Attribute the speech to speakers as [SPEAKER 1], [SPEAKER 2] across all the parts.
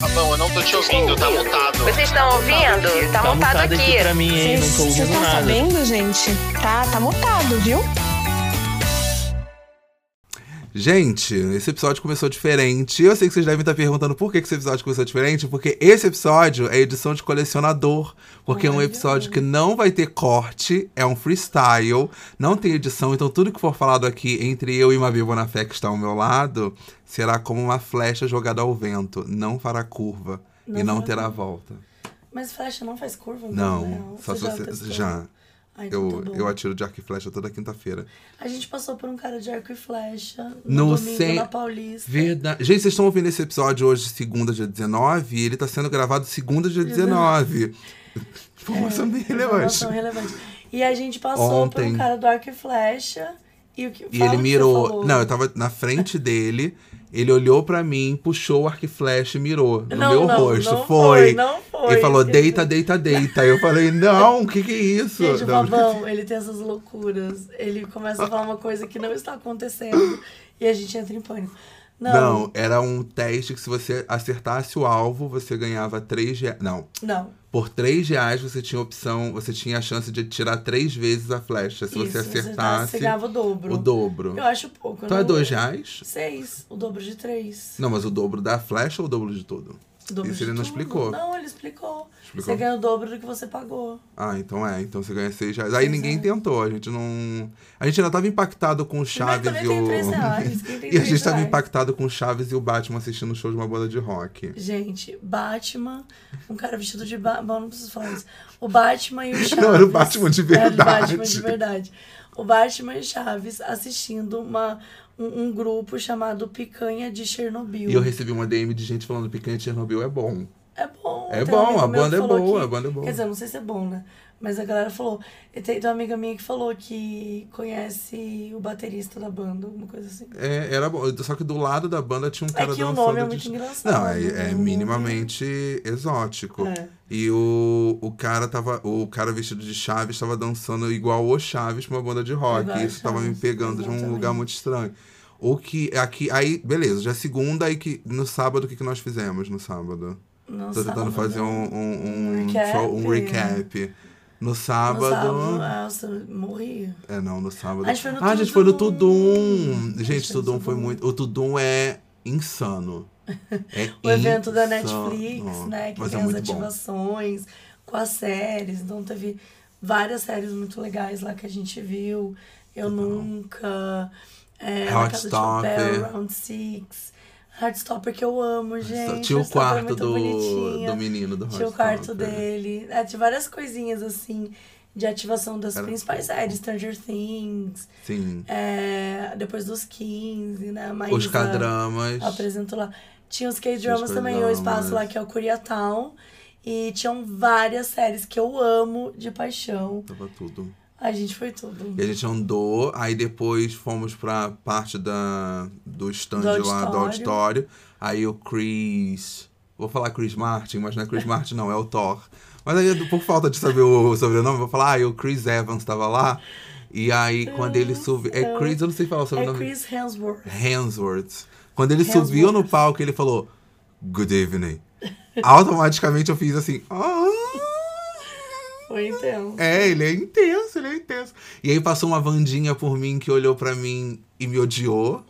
[SPEAKER 1] Tá tô te ouvindo, tá mutado.
[SPEAKER 2] Vocês estão ouvindo? Tá,
[SPEAKER 3] Tá
[SPEAKER 2] montado
[SPEAKER 3] mutado
[SPEAKER 2] aqui.
[SPEAKER 3] aqui pra mim, hein? Não tô
[SPEAKER 4] Vocês
[SPEAKER 3] ouvindo
[SPEAKER 4] estão
[SPEAKER 3] nada.
[SPEAKER 4] sabendo, gente? Tá, tá mutado, viu?
[SPEAKER 5] Gente, esse episódio começou diferente. Eu sei que vocês devem estar perguntando por que que esse episódio começou diferente, porque esse episódio é edição de colecionador. Porque é um episódio que não vai ter corte, é um freestyle, não tem edição, então tudo que for falado aqui entre eu e Mavi Bonafé, que está ao meu lado, será como uma flecha jogada ao vento. Não fará curva e não
[SPEAKER 6] Não fará
[SPEAKER 5] terá
[SPEAKER 6] curva.
[SPEAKER 5] volta.
[SPEAKER 6] Mas flecha não faz curva?
[SPEAKER 5] Não,
[SPEAKER 6] na real?
[SPEAKER 5] só se
[SPEAKER 6] já
[SPEAKER 5] você.
[SPEAKER 6] testou?
[SPEAKER 5] Já.
[SPEAKER 6] Ah, então
[SPEAKER 5] Eu,
[SPEAKER 6] tá bom.
[SPEAKER 5] eu atiro de arco e flecha toda quinta-feira.
[SPEAKER 6] A gente passou por um cara de arco e flecha
[SPEAKER 5] No
[SPEAKER 6] no, domingo
[SPEAKER 5] cen-
[SPEAKER 6] na Paulista.
[SPEAKER 5] Verdade. Gente, vocês estão ouvindo esse episódio hoje, segunda, dia 19, e ele tá sendo gravado segunda, dia Tipo, 19.
[SPEAKER 6] É,
[SPEAKER 5] Informação bem relevante.
[SPEAKER 6] Informação relevante. E a gente passou por
[SPEAKER 5] Ontem.
[SPEAKER 6] um cara do arco e flecha. E, o que,
[SPEAKER 5] E
[SPEAKER 6] fala o
[SPEAKER 5] ele
[SPEAKER 6] que você
[SPEAKER 5] mirou.
[SPEAKER 6] falou.
[SPEAKER 5] Não, eu tava na frente dele, ele olhou pra mim, puxou o arco e flecha e mirou no
[SPEAKER 6] Não,
[SPEAKER 5] meu
[SPEAKER 6] não,
[SPEAKER 5] rosto.
[SPEAKER 6] não
[SPEAKER 5] foi.
[SPEAKER 6] foi, não foi.
[SPEAKER 5] Ele falou:
[SPEAKER 6] Ele-
[SPEAKER 5] deita, deita, deita. Eu falei: não, o que que é isso?
[SPEAKER 6] Gente, o
[SPEAKER 5] Não.
[SPEAKER 6] Babão, ele tem essas loucuras. Ele começa a falar uma coisa que não está acontecendo e a gente entra em pânico. Não,
[SPEAKER 5] Não,
[SPEAKER 6] não.
[SPEAKER 5] era um teste que se você acertasse o alvo, você ganhava 3 reais. Não, Por 3 reais você tinha a opção, você tinha a chance de tirar três vezes a flecha. Se
[SPEAKER 6] Isso,
[SPEAKER 5] você
[SPEAKER 6] se você
[SPEAKER 5] acertasse.
[SPEAKER 6] você ganhava o dobro.
[SPEAKER 5] O dobro.
[SPEAKER 6] Eu acho pouco.
[SPEAKER 5] Então
[SPEAKER 6] eu
[SPEAKER 5] é
[SPEAKER 6] não-
[SPEAKER 5] dois reais?
[SPEAKER 6] Seis. O dobro de três.
[SPEAKER 5] Não, mas o dobro da flecha ou o dobro de tudo?
[SPEAKER 6] O dobro
[SPEAKER 5] Isso
[SPEAKER 6] de
[SPEAKER 5] ele não
[SPEAKER 6] tudo.
[SPEAKER 5] explicou.
[SPEAKER 6] Não, ele explicou.
[SPEAKER 5] Explicou?
[SPEAKER 6] Você ganha o dobro do que você pagou.
[SPEAKER 5] Ah, então é. Então você ganha seis reais. Aí ninguém tentou, a gente não. A gente ainda tava impactado com o Chaves
[SPEAKER 6] também
[SPEAKER 5] e
[SPEAKER 6] tem
[SPEAKER 5] o.
[SPEAKER 6] três reais, quem tem
[SPEAKER 5] e a
[SPEAKER 6] três
[SPEAKER 5] gente tava
[SPEAKER 6] reais?
[SPEAKER 5] impactado com o Chaves e o Batman assistindo o show de uma banda de rock.
[SPEAKER 6] Gente, Batman, um cara vestido de Batman, não preciso falar isso. O Batman e o Chaves.
[SPEAKER 5] era o Batman de
[SPEAKER 6] Era o Batman
[SPEAKER 5] verdade.
[SPEAKER 6] de verdade. O Batman e o Chaves assistindo uma, um, um grupo chamado Picanha de Chernobyl.
[SPEAKER 5] E eu recebi uma DM de gente falando: Picanha Chernobyl é bom.
[SPEAKER 6] É bom.
[SPEAKER 5] É
[SPEAKER 6] tem um
[SPEAKER 5] bom,
[SPEAKER 6] amigo
[SPEAKER 5] a
[SPEAKER 6] meu
[SPEAKER 5] banda é
[SPEAKER 6] que falou
[SPEAKER 5] boa,
[SPEAKER 6] que-
[SPEAKER 5] a banda é boa.
[SPEAKER 6] Quer dizer, eu não sei se é bom, né? Mas a galera falou. e Tem, tem uma amiga minha que falou que conhece o baterista da banda, alguma coisa assim.
[SPEAKER 5] É, era bom. Só que do lado da banda tinha um cara
[SPEAKER 6] que o
[SPEAKER 5] dançando.
[SPEAKER 6] nome é
[SPEAKER 5] de-
[SPEAKER 6] muito engraçado,
[SPEAKER 5] Não, é, é
[SPEAKER 6] né?
[SPEAKER 5] minimamente exótico.
[SPEAKER 6] É.
[SPEAKER 5] E o, o cara tava. O cara vestido de Chaves tava dançando igual o Chaves pra uma banda de rock.
[SPEAKER 6] Igual
[SPEAKER 5] E
[SPEAKER 6] o
[SPEAKER 5] isso tava me
[SPEAKER 6] Chaves,
[SPEAKER 5] pegando de um
[SPEAKER 6] exatamente.
[SPEAKER 5] lugar muito estranho. O que. Aqui, aí, beleza, já é segunda, aí que. No sábado, o que, que nós fizemos no sábado?
[SPEAKER 6] Não
[SPEAKER 5] Tô tentando fazer um, um, um,
[SPEAKER 6] né? Recap.
[SPEAKER 5] show- um recap. No sábado.
[SPEAKER 6] Nossa, morri.
[SPEAKER 5] É, não, no sábado.
[SPEAKER 6] A gente foi no
[SPEAKER 5] ah, a gente foi no
[SPEAKER 6] Tudum.
[SPEAKER 5] Tudum.
[SPEAKER 6] A
[SPEAKER 5] Gente,
[SPEAKER 6] gente foi no
[SPEAKER 5] Tudum foi
[SPEAKER 6] Tudum.
[SPEAKER 5] muito. O Tudum é insano. É
[SPEAKER 6] O evento da
[SPEAKER 5] insano.
[SPEAKER 6] Netflix, né? Que
[SPEAKER 5] Mas
[SPEAKER 6] tem
[SPEAKER 5] é
[SPEAKER 6] as
[SPEAKER 5] muito bom.
[SPEAKER 6] ativações com as séries. Então teve várias séries muito legais lá que a gente viu. Eu nunca. É, Na Casa de
[SPEAKER 5] Heartstopper.
[SPEAKER 6] Papel, Round Six. Heartstopper que eu amo, gente.
[SPEAKER 5] Tinha o
[SPEAKER 6] Heartstopper é
[SPEAKER 5] quarto
[SPEAKER 6] muito
[SPEAKER 5] do,
[SPEAKER 6] bonitinha.
[SPEAKER 5] do menino do
[SPEAKER 6] Tinha o
[SPEAKER 5] Heartstopper.
[SPEAKER 6] quarto dele. É, tinha várias coisinhas assim de ativação das
[SPEAKER 5] Era
[SPEAKER 6] principais
[SPEAKER 5] fofo.
[SPEAKER 6] séries, Stranger Things,
[SPEAKER 5] Sim.
[SPEAKER 6] é, depois dos 15, né? Mas
[SPEAKER 5] Os cadramas.
[SPEAKER 6] apresentou lá. Tinha os
[SPEAKER 5] Tinha
[SPEAKER 6] K-dramas
[SPEAKER 5] os
[SPEAKER 6] também, o espaço
[SPEAKER 5] K-dramas.
[SPEAKER 6] lá que é o Koreatown. E tinham várias séries que eu amo de paixão.
[SPEAKER 5] Tava tudo.
[SPEAKER 6] A gente foi tudo.
[SPEAKER 5] E a gente andou, aí depois fomos pra parte da, do stand
[SPEAKER 6] Do
[SPEAKER 5] lá do
[SPEAKER 6] auditório.
[SPEAKER 5] auditório. Aí o Chris. Vou falar Chris Martin, mas não é Chris Martin, não, é o Thor. Mas aí, por falta de saber o sobrenome, eu vou falar, ah, e o Chris Evans tava lá. E aí, quando ele subiu. É Chris, eu não sei falar o
[SPEAKER 6] É
[SPEAKER 5] sobrenome.
[SPEAKER 6] Chris Hemsworth.
[SPEAKER 5] Hemsworth. Quando ele
[SPEAKER 6] Hemsworth.
[SPEAKER 5] subiu no palco, ele falou: Good evening. Automaticamente eu fiz assim. "Ah."
[SPEAKER 6] Foi então.
[SPEAKER 5] É, ele é intenso, ele é intenso. E aí passou uma Vandinha por mim que olhou pra mim e me odiou.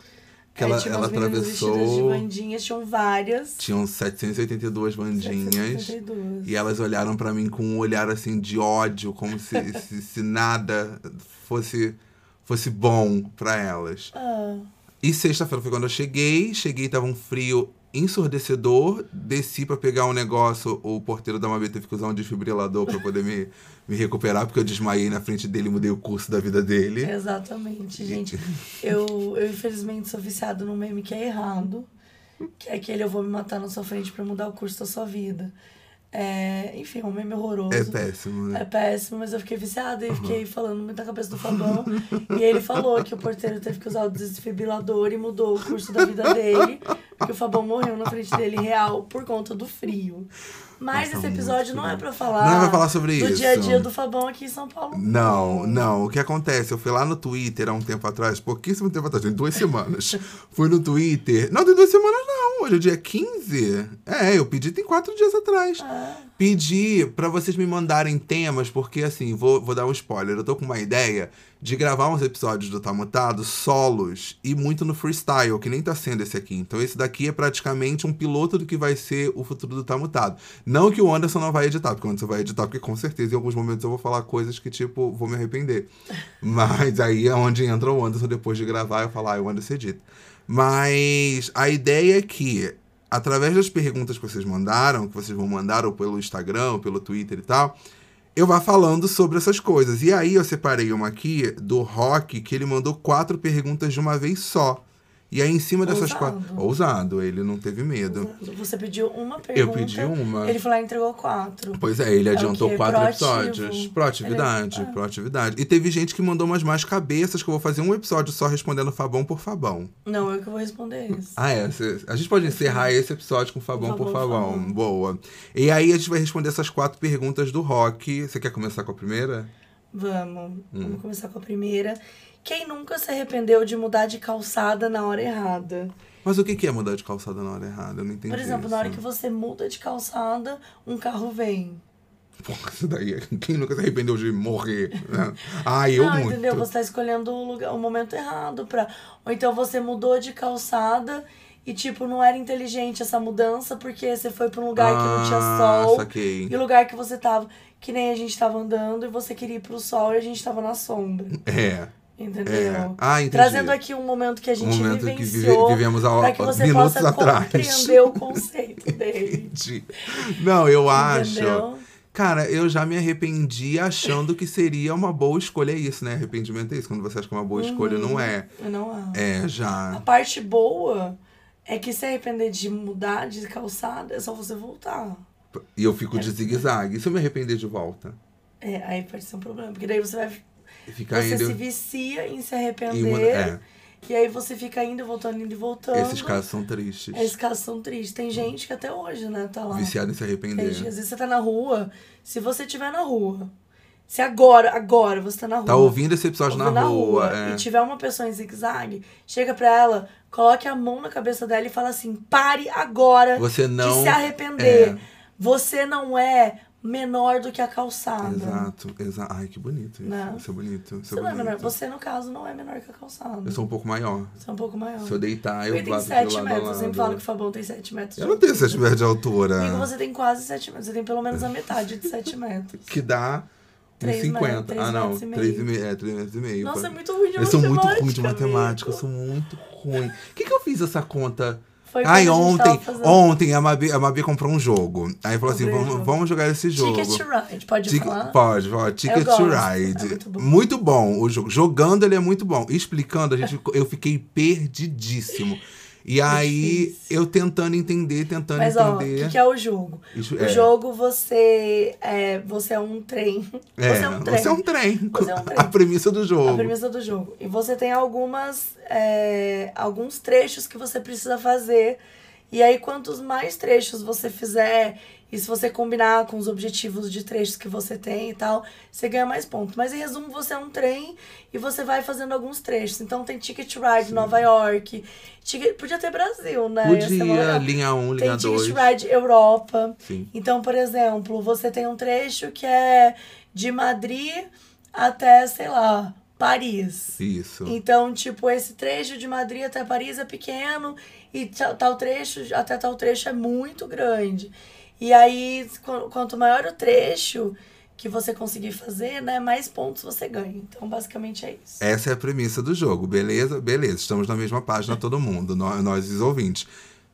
[SPEAKER 5] Que
[SPEAKER 6] Aí
[SPEAKER 5] ela,
[SPEAKER 6] É, tinha
[SPEAKER 5] ela
[SPEAKER 6] umas meninas vestidas de
[SPEAKER 5] atravessou.
[SPEAKER 6] bandinhas, tinham várias. é
[SPEAKER 5] Tinham 782 Vandinhas.
[SPEAKER 6] 772.
[SPEAKER 5] E elas olharam pra mim com um olhar assim de ódio, como se, se, se nada fosse, fosse bom pra elas.
[SPEAKER 6] Ah,
[SPEAKER 5] E sexta-feira foi quando eu cheguei. Cheguei, tava um frio ensurdecedor. Desci pra pegar um negócio. O porteiro da Mabê teve que usar um desfibrilador pra poder me, me recuperar, porque eu desmaiei na frente dele e mudei o curso da vida
[SPEAKER 6] É
[SPEAKER 5] dele.
[SPEAKER 6] exatamente, gente. Eu, eu, infelizmente, sou viciado num meme que é errado. Que é aquele eu vou me matar na sua frente pra mudar o curso da sua vida. É, enfim, é um meme horroroso.
[SPEAKER 5] É péssimo,
[SPEAKER 6] É
[SPEAKER 5] né?
[SPEAKER 6] péssimo, mas eu fiquei viciada e
[SPEAKER 5] Uhum.
[SPEAKER 6] fiquei falando muito na cabeça do Fabão. e ele falou que o porteiro teve que usar o desfibrilador e mudou o curso da vida dele Porque o Fabão morreu na frente dele real por conta do frio. Mas
[SPEAKER 5] Nossa,
[SPEAKER 6] esse episódio
[SPEAKER 5] muito
[SPEAKER 6] não é
[SPEAKER 5] frio.
[SPEAKER 6] pra falar.
[SPEAKER 5] Não é pra falar sobre
[SPEAKER 6] do
[SPEAKER 5] isso.
[SPEAKER 6] Do dia a dia do Fabão aqui em São Paulo.
[SPEAKER 5] Não, não. O que acontece? Eu fui lá no Twitter há um tempo atrás, pouquíssimo tempo atrás, tem duas semanas. fui no Twitter. Não, tem duas semanas não. Hoje é dia 15. É, eu pedi tem quatro dias atrás. Pedi pra vocês me mandarem temas, porque assim, vou, vou dar um spoiler. Eu tô com uma ideia de gravar uns episódios do Tamutado solos e muito no freestyle, que nem tá sendo esse aqui. Então esse daqui é praticamente um piloto do que vai ser o futuro do Tá Tamutado. Não que o Anderson não vai editar, porque o Anderson vai editar, porque com certeza em alguns momentos eu vou falar coisas que, tipo, vou me arrepender. Mas aí é onde entra o Anderson depois de gravar, eu falar, ah, o Anderson edita. Mas a ideia é que através das perguntas que vocês mandaram, que vocês vão mandar ou pelo Instagram, ou pelo Twitter e tal, eu vá falando sobre essas coisas. E aí eu separei uma aqui do Rock, que ele mandou quatro perguntas de uma vez só. E aí em cima dessas
[SPEAKER 6] Ousado.
[SPEAKER 5] quatro. Ousado, ele não teve medo.
[SPEAKER 6] Você pediu uma pergunta.
[SPEAKER 5] Eu pedi uma.
[SPEAKER 6] Ele falou e entregou quatro.
[SPEAKER 5] Pois é, ele
[SPEAKER 6] o
[SPEAKER 5] adiantou
[SPEAKER 6] quê?
[SPEAKER 5] quatro
[SPEAKER 6] Proativo.
[SPEAKER 5] episódios. Proatividade, proatividade. E teve gente que mandou umas mais cabeças, que eu vou fazer um episódio só respondendo Fabão por Fabão.
[SPEAKER 6] Não, eu que vou responder isso.
[SPEAKER 5] Ah, é. cê- A gente pode encerrar esse episódio com Fabão por
[SPEAKER 6] Uhum. Por
[SPEAKER 5] Fabão.
[SPEAKER 6] favor,
[SPEAKER 5] Boa. E aí a gente vai responder essas quatro perguntas do Rock. Você quer começar com a primeira?
[SPEAKER 6] Vamos.
[SPEAKER 5] Hum.
[SPEAKER 6] Vamos começar com a primeira. Quem nunca se arrependeu de mudar de calçada na hora errada?
[SPEAKER 5] Mas o que que é mudar de calçada na hora errada? Eu não entendi.
[SPEAKER 6] Por exemplo,
[SPEAKER 5] isso.
[SPEAKER 6] na hora que você muda de calçada, um carro vem.
[SPEAKER 5] Porra, isso daí. é- Quem nunca se arrependeu de morrer? né? Ai, eu
[SPEAKER 6] não,
[SPEAKER 5] muito.
[SPEAKER 6] entendeu? Você tá escolhendo o, lugar, o momento errado pra. Ou então você mudou de calçada e, tipo, não era inteligente essa mudança porque você foi pra um lugar que não tinha
[SPEAKER 5] Ah,
[SPEAKER 6] sol.
[SPEAKER 5] Saquei.
[SPEAKER 6] E o lugar que você tava, que nem a gente tava andando e você queria ir pro sol e a gente tava na sombra.
[SPEAKER 5] É,
[SPEAKER 6] Entendeu?
[SPEAKER 5] é. Ah, entendi.
[SPEAKER 6] Trazendo aqui um momento que a
[SPEAKER 5] um
[SPEAKER 6] gente
[SPEAKER 5] momento que vive-
[SPEAKER 6] vivenciou.
[SPEAKER 5] vivemos há
[SPEAKER 6] pra que você
[SPEAKER 5] minutos
[SPEAKER 6] possa
[SPEAKER 5] atrás.
[SPEAKER 6] compreender o conceito dele.
[SPEAKER 5] Entendi. Não, eu acho.
[SPEAKER 6] Entendeu?
[SPEAKER 5] Cara, eu já me arrependi achando que seria uma boa escolha é isso, né? Arrependimento é isso. Quando você acha que é uma boa escolha,
[SPEAKER 6] Uhum.
[SPEAKER 5] não é.
[SPEAKER 6] Eu não acho.
[SPEAKER 5] É,
[SPEAKER 6] A
[SPEAKER 5] já.
[SPEAKER 6] parte boa é que se arrepender de mudar de calçada, é só você voltar.
[SPEAKER 5] E eu fico de zigue-zague. E se eu me arrepender de volta?
[SPEAKER 6] É, aí pode ser um problema. Porque daí você vai.
[SPEAKER 5] E ficar
[SPEAKER 6] você se
[SPEAKER 5] indo.
[SPEAKER 6] vicia em se
[SPEAKER 5] E uma-
[SPEAKER 6] arrepender.
[SPEAKER 5] é,
[SPEAKER 6] E aí você fica indo, voltando, indo e voltando.
[SPEAKER 5] esses casos são tristes.
[SPEAKER 6] Esses casos são tristes. Tem gente que até hoje, né, tá lá.
[SPEAKER 5] Viciado em se
[SPEAKER 6] Tem
[SPEAKER 5] arrepender.
[SPEAKER 6] gente- Às vezes você tá na rua. Se você tiver na rua. Se agora, agora você tá na rua.
[SPEAKER 5] Tá ouvindo esse episódio na,
[SPEAKER 6] ouvindo
[SPEAKER 5] rua.
[SPEAKER 6] E
[SPEAKER 5] é.
[SPEAKER 6] tiver uma pessoa em zigue-zague, chega pra ela, coloque a mão na cabeça dela e fala assim: pare agora
[SPEAKER 5] Você não. é.
[SPEAKER 6] de se arrepender. Você não é menor do que a calçada.
[SPEAKER 5] Exato, exato. Ai, que bonito isso.
[SPEAKER 6] Não.
[SPEAKER 5] Isso é bonito. Isso é
[SPEAKER 6] Você, não é
[SPEAKER 5] bonito.
[SPEAKER 6] menor, você, no caso, não é menor que a calçada.
[SPEAKER 5] Eu sou um pouco maior.
[SPEAKER 6] Você é um pouco maior.
[SPEAKER 5] Se eu deitar, eu
[SPEAKER 6] Ele tem
[SPEAKER 5] bato de
[SPEAKER 6] 7
[SPEAKER 5] lado a
[SPEAKER 6] metros. Eu sempre falo que
[SPEAKER 5] lado.
[SPEAKER 6] o Fabão tem 7 metros.
[SPEAKER 5] Eu não tenho 7 metros de altura.
[SPEAKER 6] Amigo, você tem quase 7 metros. Você tem pelo menos a metade de 7 metros.
[SPEAKER 5] que dá uns
[SPEAKER 6] Três
[SPEAKER 5] 50.
[SPEAKER 6] metros,
[SPEAKER 5] Ah, não.
[SPEAKER 6] três metros e
[SPEAKER 5] 3,5. É, 3 metros e meio.
[SPEAKER 6] Nossa, é
[SPEAKER 5] Pra-
[SPEAKER 6] muito ruim de
[SPEAKER 5] eu sou muito
[SPEAKER 6] matemática.
[SPEAKER 5] ruim de matemática, eu sou
[SPEAKER 6] amigo.
[SPEAKER 5] muito ruim. O que, que eu fiz essa conta?
[SPEAKER 6] Foi quando a
[SPEAKER 5] Ai,
[SPEAKER 6] gente
[SPEAKER 5] ontem,
[SPEAKER 6] tava fazendo
[SPEAKER 5] ontem a Mabi, a Mabi comprou um jogo. Aí falou assim:
[SPEAKER 6] Comprei um
[SPEAKER 5] vamos,
[SPEAKER 6] jogo.
[SPEAKER 5] vamos jogar esse jogo.
[SPEAKER 6] Ticket to Ride, pode
[SPEAKER 5] Tic-
[SPEAKER 6] falar?
[SPEAKER 5] Pode, pode. Ticket to
[SPEAKER 6] gosto, é
[SPEAKER 5] Ride. muito,
[SPEAKER 6] muito
[SPEAKER 5] bom.
[SPEAKER 6] bom.
[SPEAKER 5] o jogo. Jogando ele é muito bom. Explicando, a gente, ficou- eu fiquei perdidíssimo. E aí,
[SPEAKER 6] É difícil.
[SPEAKER 5] eu tentando entender, tentando
[SPEAKER 6] Mas ó, o
[SPEAKER 5] entender.
[SPEAKER 6] que, que é o jogo?
[SPEAKER 5] Isso-
[SPEAKER 6] O
[SPEAKER 5] é.
[SPEAKER 6] jogo você é, você é um trem.
[SPEAKER 5] É,
[SPEAKER 6] você é um trem.
[SPEAKER 5] Você é um trem.
[SPEAKER 6] Você é um trem.
[SPEAKER 5] A premissa do jogo.
[SPEAKER 6] A premissa do jogo. E você tem algumas é, alguns trechos que você precisa fazer. E aí, quantos mais trechos você fizer, e se você combinar com os objetivos de trechos que você tem e tal, você ganha mais pontos. Mas em resumo, você é um trem e você vai fazendo alguns trechos. Então tem Ticket Ride Nova York. Ticket... Podia ter Brasil, né? Ia ser mó
[SPEAKER 5] Podia,
[SPEAKER 6] legal.
[SPEAKER 5] linha 1, linha
[SPEAKER 6] Tem
[SPEAKER 5] 2.
[SPEAKER 6] Ticket Ride Europa.
[SPEAKER 5] Sim.
[SPEAKER 6] Então, por exemplo, você tem um trecho que é de Madrid até, sei lá, Paris.
[SPEAKER 5] Isso.
[SPEAKER 6] Então, tipo, esse trecho de Madrid até Paris é pequeno e tal, tal trecho até tal trecho é muito grande. E aí, qu- quanto maior o trecho que você conseguir fazer, né, mais pontos você ganha. Então, basicamente é isso.
[SPEAKER 5] Essa é a premissa do jogo, beleza? Beleza, estamos na mesma página, todo mundo, nó- nós os ouvintes.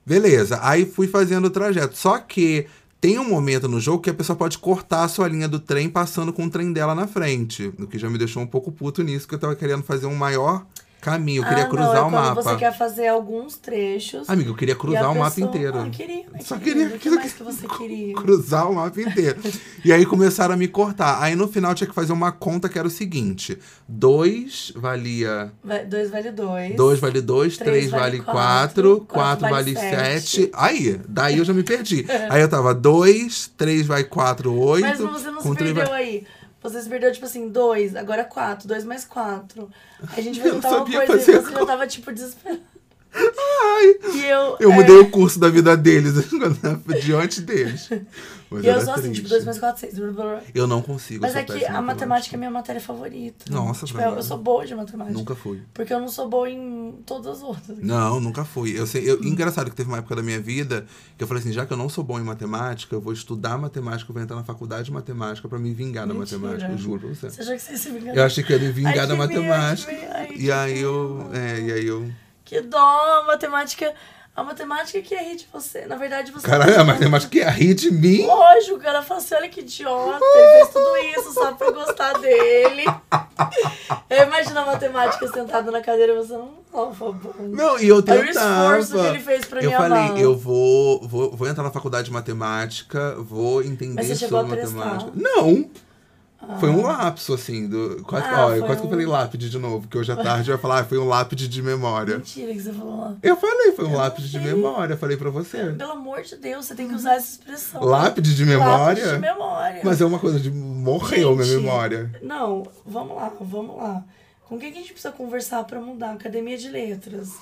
[SPEAKER 5] Beleza, aí fui fazendo o trajeto. Só que tem um momento no jogo que a pessoa pode cortar a sua linha do trem passando com o trem dela na frente. O que já me deixou um pouco puto nisso, porque eu tava querendo fazer um maior caminho, eu queria
[SPEAKER 6] ah,
[SPEAKER 5] cruzar
[SPEAKER 6] não, é
[SPEAKER 5] o
[SPEAKER 6] quando
[SPEAKER 5] mapa.
[SPEAKER 6] Você quer fazer alguns trechos.
[SPEAKER 5] Amiga, eu queria cruzar
[SPEAKER 6] e a
[SPEAKER 5] o mapa
[SPEAKER 6] pessoa-
[SPEAKER 5] inteiro.
[SPEAKER 6] Ah, queria, né,
[SPEAKER 5] Só
[SPEAKER 6] querida?
[SPEAKER 5] queria
[SPEAKER 6] O que mais que você queria?
[SPEAKER 5] cruzar o mapa inteiro. e aí começaram a me cortar. Aí no final tinha que fazer uma conta que era o seguinte: 2 valia.
[SPEAKER 6] Vai- Dois vale dois.
[SPEAKER 5] 2 vale 2,
[SPEAKER 6] Três
[SPEAKER 5] 3
[SPEAKER 6] vale
[SPEAKER 5] vale 4,
[SPEAKER 6] quatro,
[SPEAKER 5] 4
[SPEAKER 6] quatro
[SPEAKER 5] vale
[SPEAKER 6] vale
[SPEAKER 5] 7.
[SPEAKER 6] sete.
[SPEAKER 5] Aí, daí eu já me perdi. Aí eu tava 2, 3 vai 4, 8.
[SPEAKER 6] Mas você não se perdeu aí. Você se perdeu, tipo assim, dois, agora quatro, dois mais quatro. Aí a gente vai
[SPEAKER 5] Eu
[SPEAKER 6] contar uma
[SPEAKER 5] sabia
[SPEAKER 6] coisa
[SPEAKER 5] fazer
[SPEAKER 6] e
[SPEAKER 5] a
[SPEAKER 6] você
[SPEAKER 5] conta.
[SPEAKER 6] já tava, tipo, desesperado.
[SPEAKER 5] Ai,
[SPEAKER 6] E eu.
[SPEAKER 5] eu
[SPEAKER 6] é,
[SPEAKER 5] mudei o curso da vida deles diante deles. Mas
[SPEAKER 6] E eu
[SPEAKER 5] era
[SPEAKER 6] sou assim,
[SPEAKER 5] né? triste.
[SPEAKER 6] tipo, dois mais quatro, seis. blá, blá, blá.
[SPEAKER 5] Eu não consigo.
[SPEAKER 6] Mas
[SPEAKER 5] eu sou
[SPEAKER 6] é que
[SPEAKER 5] péssimo
[SPEAKER 6] a
[SPEAKER 5] em
[SPEAKER 6] matemática é minha matéria favorita.
[SPEAKER 5] Nossa,
[SPEAKER 6] tipo,
[SPEAKER 5] pra
[SPEAKER 6] eu,
[SPEAKER 5] mim.
[SPEAKER 6] eu sou boa de matemática.
[SPEAKER 5] Nunca fui.
[SPEAKER 6] Porque eu não sou boa em todas as outras.
[SPEAKER 5] Não, nunca fui. Eu sei,
[SPEAKER 6] Hum.
[SPEAKER 5] eu, engraçado que teve uma época da minha vida que eu falei assim, já que eu não sou bom em matemática, eu vou estudar matemática, eu vou entrar na faculdade de matemática pra me vingar da
[SPEAKER 6] Mentira.
[SPEAKER 5] matemática, eu juro pra você.
[SPEAKER 6] Você achou que você se enganou?
[SPEAKER 5] Eu achei que eu ia me
[SPEAKER 6] Ai,
[SPEAKER 5] vingar da
[SPEAKER 6] que medo,
[SPEAKER 5] matemática.
[SPEAKER 6] ai, ai,
[SPEAKER 5] E
[SPEAKER 6] que
[SPEAKER 5] aí eu,
[SPEAKER 6] medo.
[SPEAKER 5] é, e aí eu,
[SPEAKER 6] Que dó, a matemática. A matemática que ri de você. Na verdade, você.
[SPEAKER 5] caralho, a matemática ia rir de mim.
[SPEAKER 6] Lógico, o cara fala assim: olha que idiota, ele fez tudo isso só pra eu gostar dele. Eu imagino a matemática sentada na cadeira e você não. Oh, por favor.
[SPEAKER 5] Não, e eu
[SPEAKER 6] Olha o
[SPEAKER 5] tentava.
[SPEAKER 6] esforço que ele fez pra
[SPEAKER 5] eu
[SPEAKER 6] me
[SPEAKER 5] falei,
[SPEAKER 6] amar.
[SPEAKER 5] eu vou, vou, vou entrar na faculdade de matemática, vou entender
[SPEAKER 6] Mas você chegou
[SPEAKER 5] sobre
[SPEAKER 6] a prestar?
[SPEAKER 5] matemática. Não. Foi um lapso, assim, do. Quase,
[SPEAKER 6] Ah,
[SPEAKER 5] ó, eu
[SPEAKER 6] foi
[SPEAKER 5] quase que eu
[SPEAKER 6] um-
[SPEAKER 5] falei lápide de novo, que hoje à tarde eu ia falar, ah, foi um lápide de memória.
[SPEAKER 6] Mentira que você falou lá.
[SPEAKER 5] Eu falei, foi um lápide de
[SPEAKER 6] sei.
[SPEAKER 5] memória, falei pra você.
[SPEAKER 6] Pelo amor de Deus, você tem que usar essa expressão.
[SPEAKER 5] Lápide de
[SPEAKER 6] Lápis
[SPEAKER 5] memória?
[SPEAKER 6] de memória.
[SPEAKER 5] Mas é uma coisa de. Morreu minha
[SPEAKER 6] Gente,
[SPEAKER 5] memória.
[SPEAKER 6] Não, vamos lá, vamos lá. Com quem que a gente precisa conversar pra mudar? Academia de Letras.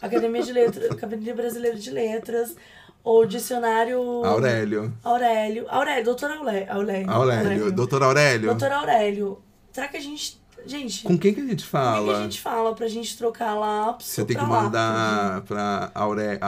[SPEAKER 6] Academia de Letras, Academia Brasileira de Letras, ou Dicionário...
[SPEAKER 5] Aurélio.
[SPEAKER 6] Aurélio. Aurélio, doutor Aurélio. Aurélio.
[SPEAKER 5] Aurélio. Doutor Aurélio.
[SPEAKER 6] Doutor Aurélio. Será que a gente... Gente,
[SPEAKER 5] Com quem que a gente
[SPEAKER 6] como é que a
[SPEAKER 5] fala?
[SPEAKER 6] gente fala pra gente trocar lápis
[SPEAKER 5] Você tem que
[SPEAKER 6] pra lápis?
[SPEAKER 5] mandar pra Aurélio.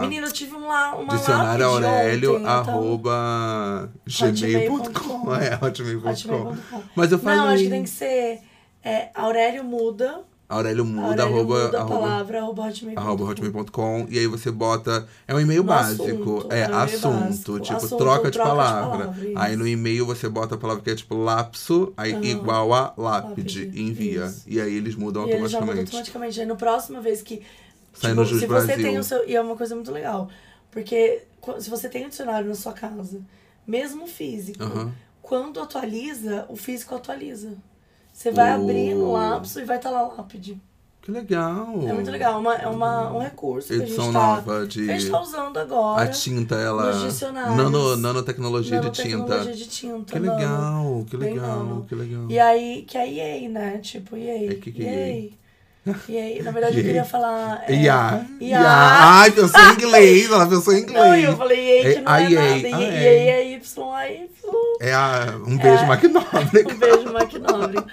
[SPEAKER 6] Menina, eu tive um lá, uma
[SPEAKER 5] Dicionário
[SPEAKER 6] lápide
[SPEAKER 5] Aurélio,
[SPEAKER 6] ontem, então-
[SPEAKER 5] arroba gmail.com.
[SPEAKER 6] Hotmail.com.
[SPEAKER 5] É, hotmail.com.
[SPEAKER 6] Hotmail.com.
[SPEAKER 5] Mas eu
[SPEAKER 6] Não, acho
[SPEAKER 5] falei-
[SPEAKER 6] que tem que ser é, Aurélio Muda.
[SPEAKER 5] Aurélio muda,
[SPEAKER 6] Aurélio
[SPEAKER 5] arroba,
[SPEAKER 6] Muda a
[SPEAKER 5] arroba,
[SPEAKER 6] palavra, arroba hotmail.com.
[SPEAKER 5] arroba hotmail.com. E aí você bota. É um e-mail
[SPEAKER 6] No
[SPEAKER 5] básico.
[SPEAKER 6] assunto,
[SPEAKER 5] é,
[SPEAKER 6] é um e-mail
[SPEAKER 5] assunto.
[SPEAKER 6] básico.
[SPEAKER 5] Tipo, troca,
[SPEAKER 6] Assunto,
[SPEAKER 5] de
[SPEAKER 6] troca de
[SPEAKER 5] palavra.
[SPEAKER 6] palavra,
[SPEAKER 5] aí
[SPEAKER 6] isso.
[SPEAKER 5] no e-mail você bota a palavra que é tipo lapso, aí
[SPEAKER 6] Aham.
[SPEAKER 5] igual a lápide.
[SPEAKER 6] Lápide,
[SPEAKER 5] e envia.
[SPEAKER 6] isso.
[SPEAKER 5] E aí eles mudam
[SPEAKER 6] E ele já muda
[SPEAKER 5] automaticamente.
[SPEAKER 6] automaticamente. Aí no próxima vez que. tipo,
[SPEAKER 5] Sai no Jus
[SPEAKER 6] se você
[SPEAKER 5] Brasil.
[SPEAKER 6] tem o seu. E é uma coisa muito legal. Porque qu- se você tem um dicionário na sua casa, mesmo físico,
[SPEAKER 5] Aham.
[SPEAKER 6] quando atualiza, o físico atualiza. Você vai
[SPEAKER 5] Oh.
[SPEAKER 6] abrir no lapso e vai estar lá lápide.
[SPEAKER 5] Que legal.
[SPEAKER 6] É muito legal. é uma- é uma, um recurso que a gente
[SPEAKER 5] Edição
[SPEAKER 6] tá.
[SPEAKER 5] nova de.
[SPEAKER 6] A gente tá usando agora.
[SPEAKER 5] A tinta, ela.
[SPEAKER 6] nos dicionários.
[SPEAKER 5] Nano, nanotecnologia de tinta.
[SPEAKER 6] Nanotecnologia de tinta.
[SPEAKER 5] Que
[SPEAKER 6] nano.
[SPEAKER 5] legal, que
[SPEAKER 6] Bem
[SPEAKER 5] legal,
[SPEAKER 6] nano.
[SPEAKER 5] que legal.
[SPEAKER 6] E aí, que é EA, né? Tipo, EA.
[SPEAKER 5] É, que que é
[SPEAKER 6] EA? EA. Na verdade, eu
[SPEAKER 5] EA.
[SPEAKER 6] queria falar... É,
[SPEAKER 5] Ia.
[SPEAKER 6] EA.
[SPEAKER 5] Ai, pensou em inglês, ela pensou em
[SPEAKER 6] Não, e eu
[SPEAKER 5] inglês.
[SPEAKER 6] falei EA que
[SPEAKER 5] É
[SPEAKER 6] não é,
[SPEAKER 5] IA.
[SPEAKER 6] nada. E-
[SPEAKER 5] Ah, é.
[SPEAKER 6] EA é Y, A, Y.
[SPEAKER 5] É a, um beijo
[SPEAKER 6] É.
[SPEAKER 5] magnóbrico.
[SPEAKER 6] Um beijo, McNobre.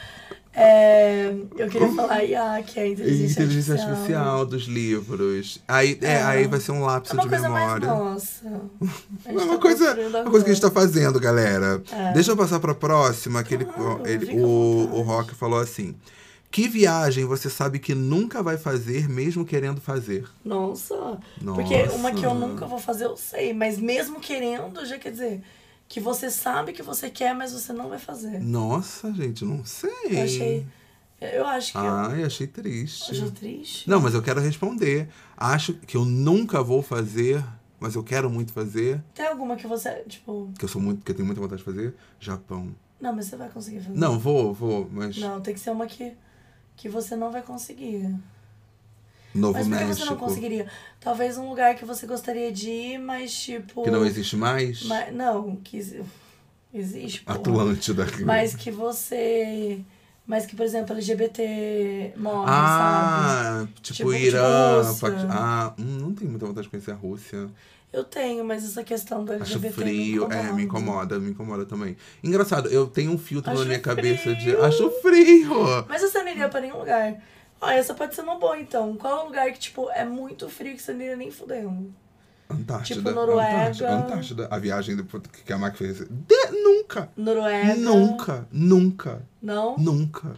[SPEAKER 6] É, eu queria falar IA, que é inteligência,
[SPEAKER 5] Inteligência artificial dos livros. Aí, é,
[SPEAKER 6] Ah.
[SPEAKER 5] aí vai ser um lápis
[SPEAKER 6] É uma
[SPEAKER 5] de
[SPEAKER 6] coisa mais
[SPEAKER 5] memória.
[SPEAKER 6] nossa. A gente
[SPEAKER 5] É uma
[SPEAKER 6] tá
[SPEAKER 5] coisa,
[SPEAKER 6] construindo
[SPEAKER 5] uma coisa que a gente
[SPEAKER 6] agora.
[SPEAKER 5] tá fazendo, galera.
[SPEAKER 6] É. Ah,
[SPEAKER 5] Deixa eu passar pra próxima, que ele,
[SPEAKER 6] Claro,
[SPEAKER 5] ele-
[SPEAKER 6] fica à
[SPEAKER 5] o,
[SPEAKER 6] vontade.
[SPEAKER 5] o Rock falou assim. Que viagem você sabe que nunca vai fazer, mesmo querendo fazer?
[SPEAKER 6] Nossa.
[SPEAKER 5] tá- Nossa.
[SPEAKER 6] Porque uma que eu nunca vou fazer, eu sei. Mas mesmo querendo, já quer dizer que você sabe que você quer, mas você não vai fazer.
[SPEAKER 5] Nossa, gente, não sei.
[SPEAKER 6] É. Eu achei. Eu acho que
[SPEAKER 5] Ai, achei
[SPEAKER 6] eu
[SPEAKER 5] triste.
[SPEAKER 6] acho triste.
[SPEAKER 5] Não, mas eu quero responder. Acho que eu nunca vou fazer, mas eu quero muito fazer,
[SPEAKER 6] Tem alguma que você, tipo.
[SPEAKER 5] que eu sou muito, que eu tenho muita vontade de fazer, Japão.
[SPEAKER 6] Não, mas você vai conseguir fazer.
[SPEAKER 5] Não, vou, vou, mas
[SPEAKER 6] Não, tem que ser uma que, que você não vai conseguir.
[SPEAKER 5] Novo
[SPEAKER 6] Mas por que
[SPEAKER 5] México,
[SPEAKER 6] você não conseguiria? Talvez um lugar que você gostaria de ir, mas tipo.
[SPEAKER 5] que não existe mais,
[SPEAKER 6] Mas, não, que exi- existe. porra.
[SPEAKER 5] Atlântida.
[SPEAKER 6] Mas que você. Mas que, por exemplo, LGBT morre, sabe?
[SPEAKER 5] ah, tipo,
[SPEAKER 6] Tipo,
[SPEAKER 5] Irã,
[SPEAKER 6] tipo Rússia.
[SPEAKER 5] Paquistão. Ah, hum, não tenho muita vontade de conhecer a Rússia.
[SPEAKER 6] Eu tenho, mas essa questão do
[SPEAKER 5] Acho
[SPEAKER 6] LGBT.
[SPEAKER 5] frio,
[SPEAKER 6] me
[SPEAKER 5] é, me incomoda, me incomoda também. Engraçado, eu tenho um filtro na
[SPEAKER 6] Acho
[SPEAKER 5] minha cabeça de
[SPEAKER 6] frio.
[SPEAKER 5] acho frio.
[SPEAKER 6] Mas você não iria pra nenhum lugar. Ó, essa pode ser uma boa, então. Qual é o lugar que, tipo, é muito frio que você não iria nem fudendo?
[SPEAKER 5] Antártida.
[SPEAKER 6] Tipo, Noruega.
[SPEAKER 5] Antártida, Antártida. A viagem do- que a Mac fez. De, nunca.
[SPEAKER 6] Noruega?
[SPEAKER 5] Nunca, nunca,
[SPEAKER 6] Não?
[SPEAKER 5] nunca.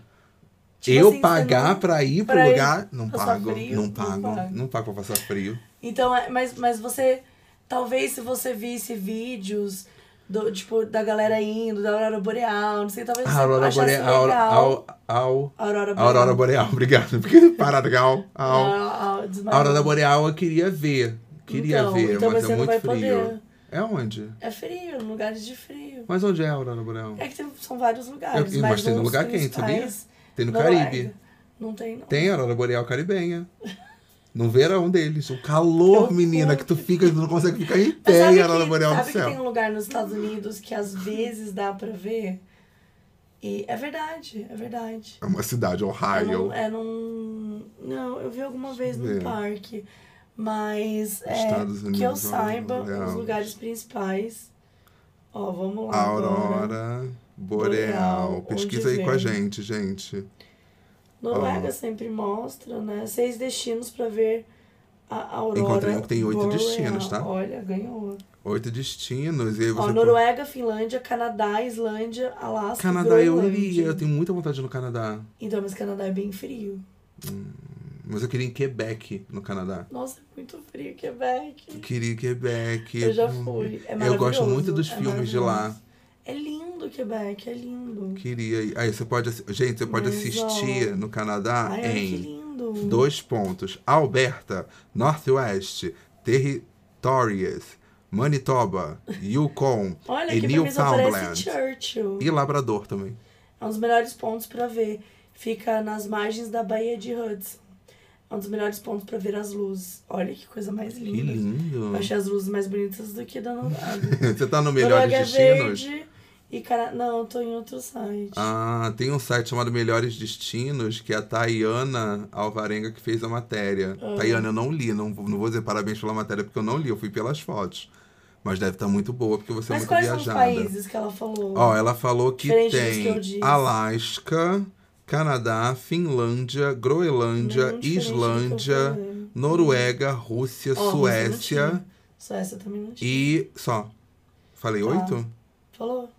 [SPEAKER 6] Tipo
[SPEAKER 5] eu
[SPEAKER 6] assim, você
[SPEAKER 5] pagar
[SPEAKER 6] não-
[SPEAKER 5] pra ir pro
[SPEAKER 6] pra ir
[SPEAKER 5] lugar, não
[SPEAKER 6] passar
[SPEAKER 5] pago,
[SPEAKER 6] frio,
[SPEAKER 5] não
[SPEAKER 6] não
[SPEAKER 5] pago, não pago,
[SPEAKER 6] paga.
[SPEAKER 5] pra passar frio.
[SPEAKER 6] Então, é- mas, mas você... Talvez se você visse vídeos do, tipo, da galera indo, da Aurora Boreal, não sei, talvez você
[SPEAKER 5] Aurora
[SPEAKER 6] achasse
[SPEAKER 5] Boreal.
[SPEAKER 6] legal.
[SPEAKER 5] Aurora, au, au,
[SPEAKER 6] Aurora Boreal.
[SPEAKER 5] Aurora Boreal, obrigado. Porque parada, gal. Au.
[SPEAKER 6] Ah, ah, desmaio.
[SPEAKER 5] A Aurora Boreal eu queria ver. Queria
[SPEAKER 6] Então,
[SPEAKER 5] ver,
[SPEAKER 6] então
[SPEAKER 5] mas
[SPEAKER 6] você
[SPEAKER 5] é
[SPEAKER 6] não
[SPEAKER 5] muito
[SPEAKER 6] vai
[SPEAKER 5] frio.
[SPEAKER 6] poder.
[SPEAKER 5] É onde?
[SPEAKER 6] É frio, lugares de frio.
[SPEAKER 5] Mas onde é a Aurora Boreal?
[SPEAKER 6] É que tem- são vários lugares,
[SPEAKER 5] Eu-
[SPEAKER 6] mas,
[SPEAKER 5] mas tem no
[SPEAKER 6] um dos
[SPEAKER 5] lugar quente, sabia?
[SPEAKER 6] principais,
[SPEAKER 5] Tem no
[SPEAKER 6] Noruega.
[SPEAKER 5] Caribe.
[SPEAKER 6] Não tem, não.
[SPEAKER 5] Tem a Aurora Boreal caribenha. No verão deles. O calor,
[SPEAKER 6] Que
[SPEAKER 5] menina,
[SPEAKER 6] horror.
[SPEAKER 5] que tu fica, não consegue ficar em
[SPEAKER 6] Mas
[SPEAKER 5] pé
[SPEAKER 6] sabe
[SPEAKER 5] e a Aurora
[SPEAKER 6] que-
[SPEAKER 5] Boreal
[SPEAKER 6] sabe
[SPEAKER 5] do
[SPEAKER 6] que tem
[SPEAKER 5] céu.
[SPEAKER 6] um lugar nos Estados Unidos que às vezes dá pra ver? E é verdade, é verdade.
[SPEAKER 5] É uma cidade,
[SPEAKER 6] É
[SPEAKER 5] Ohio.
[SPEAKER 6] num- é num. Não, eu vi alguma vez
[SPEAKER 5] ver.
[SPEAKER 6] num parque. Mas é,
[SPEAKER 5] Estados
[SPEAKER 6] que eu
[SPEAKER 5] Unidos,
[SPEAKER 6] saiba,
[SPEAKER 5] Aurora.
[SPEAKER 6] os lugares principais. Ó, vamos lá.
[SPEAKER 5] A
[SPEAKER 6] agora.
[SPEAKER 5] Aurora
[SPEAKER 6] Boreal,
[SPEAKER 5] Boreal.
[SPEAKER 6] onde
[SPEAKER 5] Pesquisa aí com a
[SPEAKER 6] vem?
[SPEAKER 5] gente, gente.
[SPEAKER 6] Noruega sempre mostra, né? Seis destinos pra ver a Aurora.
[SPEAKER 5] Encontrei um que tem oito
[SPEAKER 6] Boreal.
[SPEAKER 5] destinos, tá?
[SPEAKER 6] Olha, ganhou.
[SPEAKER 5] Oito destinos. E aí
[SPEAKER 6] Ó,
[SPEAKER 5] você pô-
[SPEAKER 6] Noruega, Finlândia, Canadá, Islândia, Alasca. e
[SPEAKER 5] Canadá eu
[SPEAKER 6] Groenlândia.
[SPEAKER 5] iria. Eu tenho muita vontade de ir no Canadá.
[SPEAKER 6] Então, mas Canadá é bem frio.
[SPEAKER 5] Mas eu queria ir em Quebec, no Canadá.
[SPEAKER 6] Nossa, é muito frio,
[SPEAKER 5] Eu
[SPEAKER 6] Quebec.
[SPEAKER 5] queria ir em Quebec.
[SPEAKER 6] Eu já fui. É maravilhoso.
[SPEAKER 5] eu gosto muito dos
[SPEAKER 6] é
[SPEAKER 5] filmes de lá.
[SPEAKER 6] maravilhoso. É lindo, Quebec, é lindo.
[SPEAKER 5] Queria ir. Aí você pode. assi- Gente, você pode
[SPEAKER 6] Mas,
[SPEAKER 5] assistir
[SPEAKER 6] ó,
[SPEAKER 5] no Canadá
[SPEAKER 6] Ai, olha que
[SPEAKER 5] Ah, em
[SPEAKER 6] lindo.
[SPEAKER 5] dois pontos: Alberta, Northwest, Territories, Manitoba, Yukon
[SPEAKER 6] Olha,
[SPEAKER 5] e
[SPEAKER 6] que pra mim só parece
[SPEAKER 5] Newfoundland.
[SPEAKER 6] Churchill.
[SPEAKER 5] E Labrador também.
[SPEAKER 6] É um dos melhores pontos pra ver. Fica nas margens da Baía de Hudson. É um dos melhores pontos pra ver as luzes. Olha que coisa mais
[SPEAKER 5] Que
[SPEAKER 6] linda.
[SPEAKER 5] lindo.
[SPEAKER 6] Eu achei as luzes mais bonitas do que da Noruega.
[SPEAKER 5] Você tá no Melhores
[SPEAKER 6] Noruega é
[SPEAKER 5] Destinos?
[SPEAKER 6] verde e cara... Não, eu tô em outro site.
[SPEAKER 5] Ah, tem um site chamado Melhores Destinos, que é a Tayana Alvarenga que fez a matéria.
[SPEAKER 6] Ah.
[SPEAKER 5] Tayana, eu não li, não, não vou dizer parabéns pela matéria, porque eu não li, eu fui pelas fotos. Mas deve estar muito boa, porque você
[SPEAKER 6] Mas
[SPEAKER 5] é muito
[SPEAKER 6] quais são os
[SPEAKER 5] viajada.
[SPEAKER 6] países que ela falou?
[SPEAKER 5] Ó, ela falou que
[SPEAKER 6] Diferente dos que eu
[SPEAKER 5] tem
[SPEAKER 6] disse.
[SPEAKER 5] Alasca, Canadá, Finlândia, Groenlândia,
[SPEAKER 6] Não, diferente do que eu
[SPEAKER 5] Islândia,
[SPEAKER 6] falei.
[SPEAKER 5] Noruega, Rússia,
[SPEAKER 6] Ó, Rússia não
[SPEAKER 5] Suécia
[SPEAKER 6] tinha. Suécia também não tinha.
[SPEAKER 5] e. Só. Falei
[SPEAKER 6] Tá.
[SPEAKER 5] oito?
[SPEAKER 6] Falou?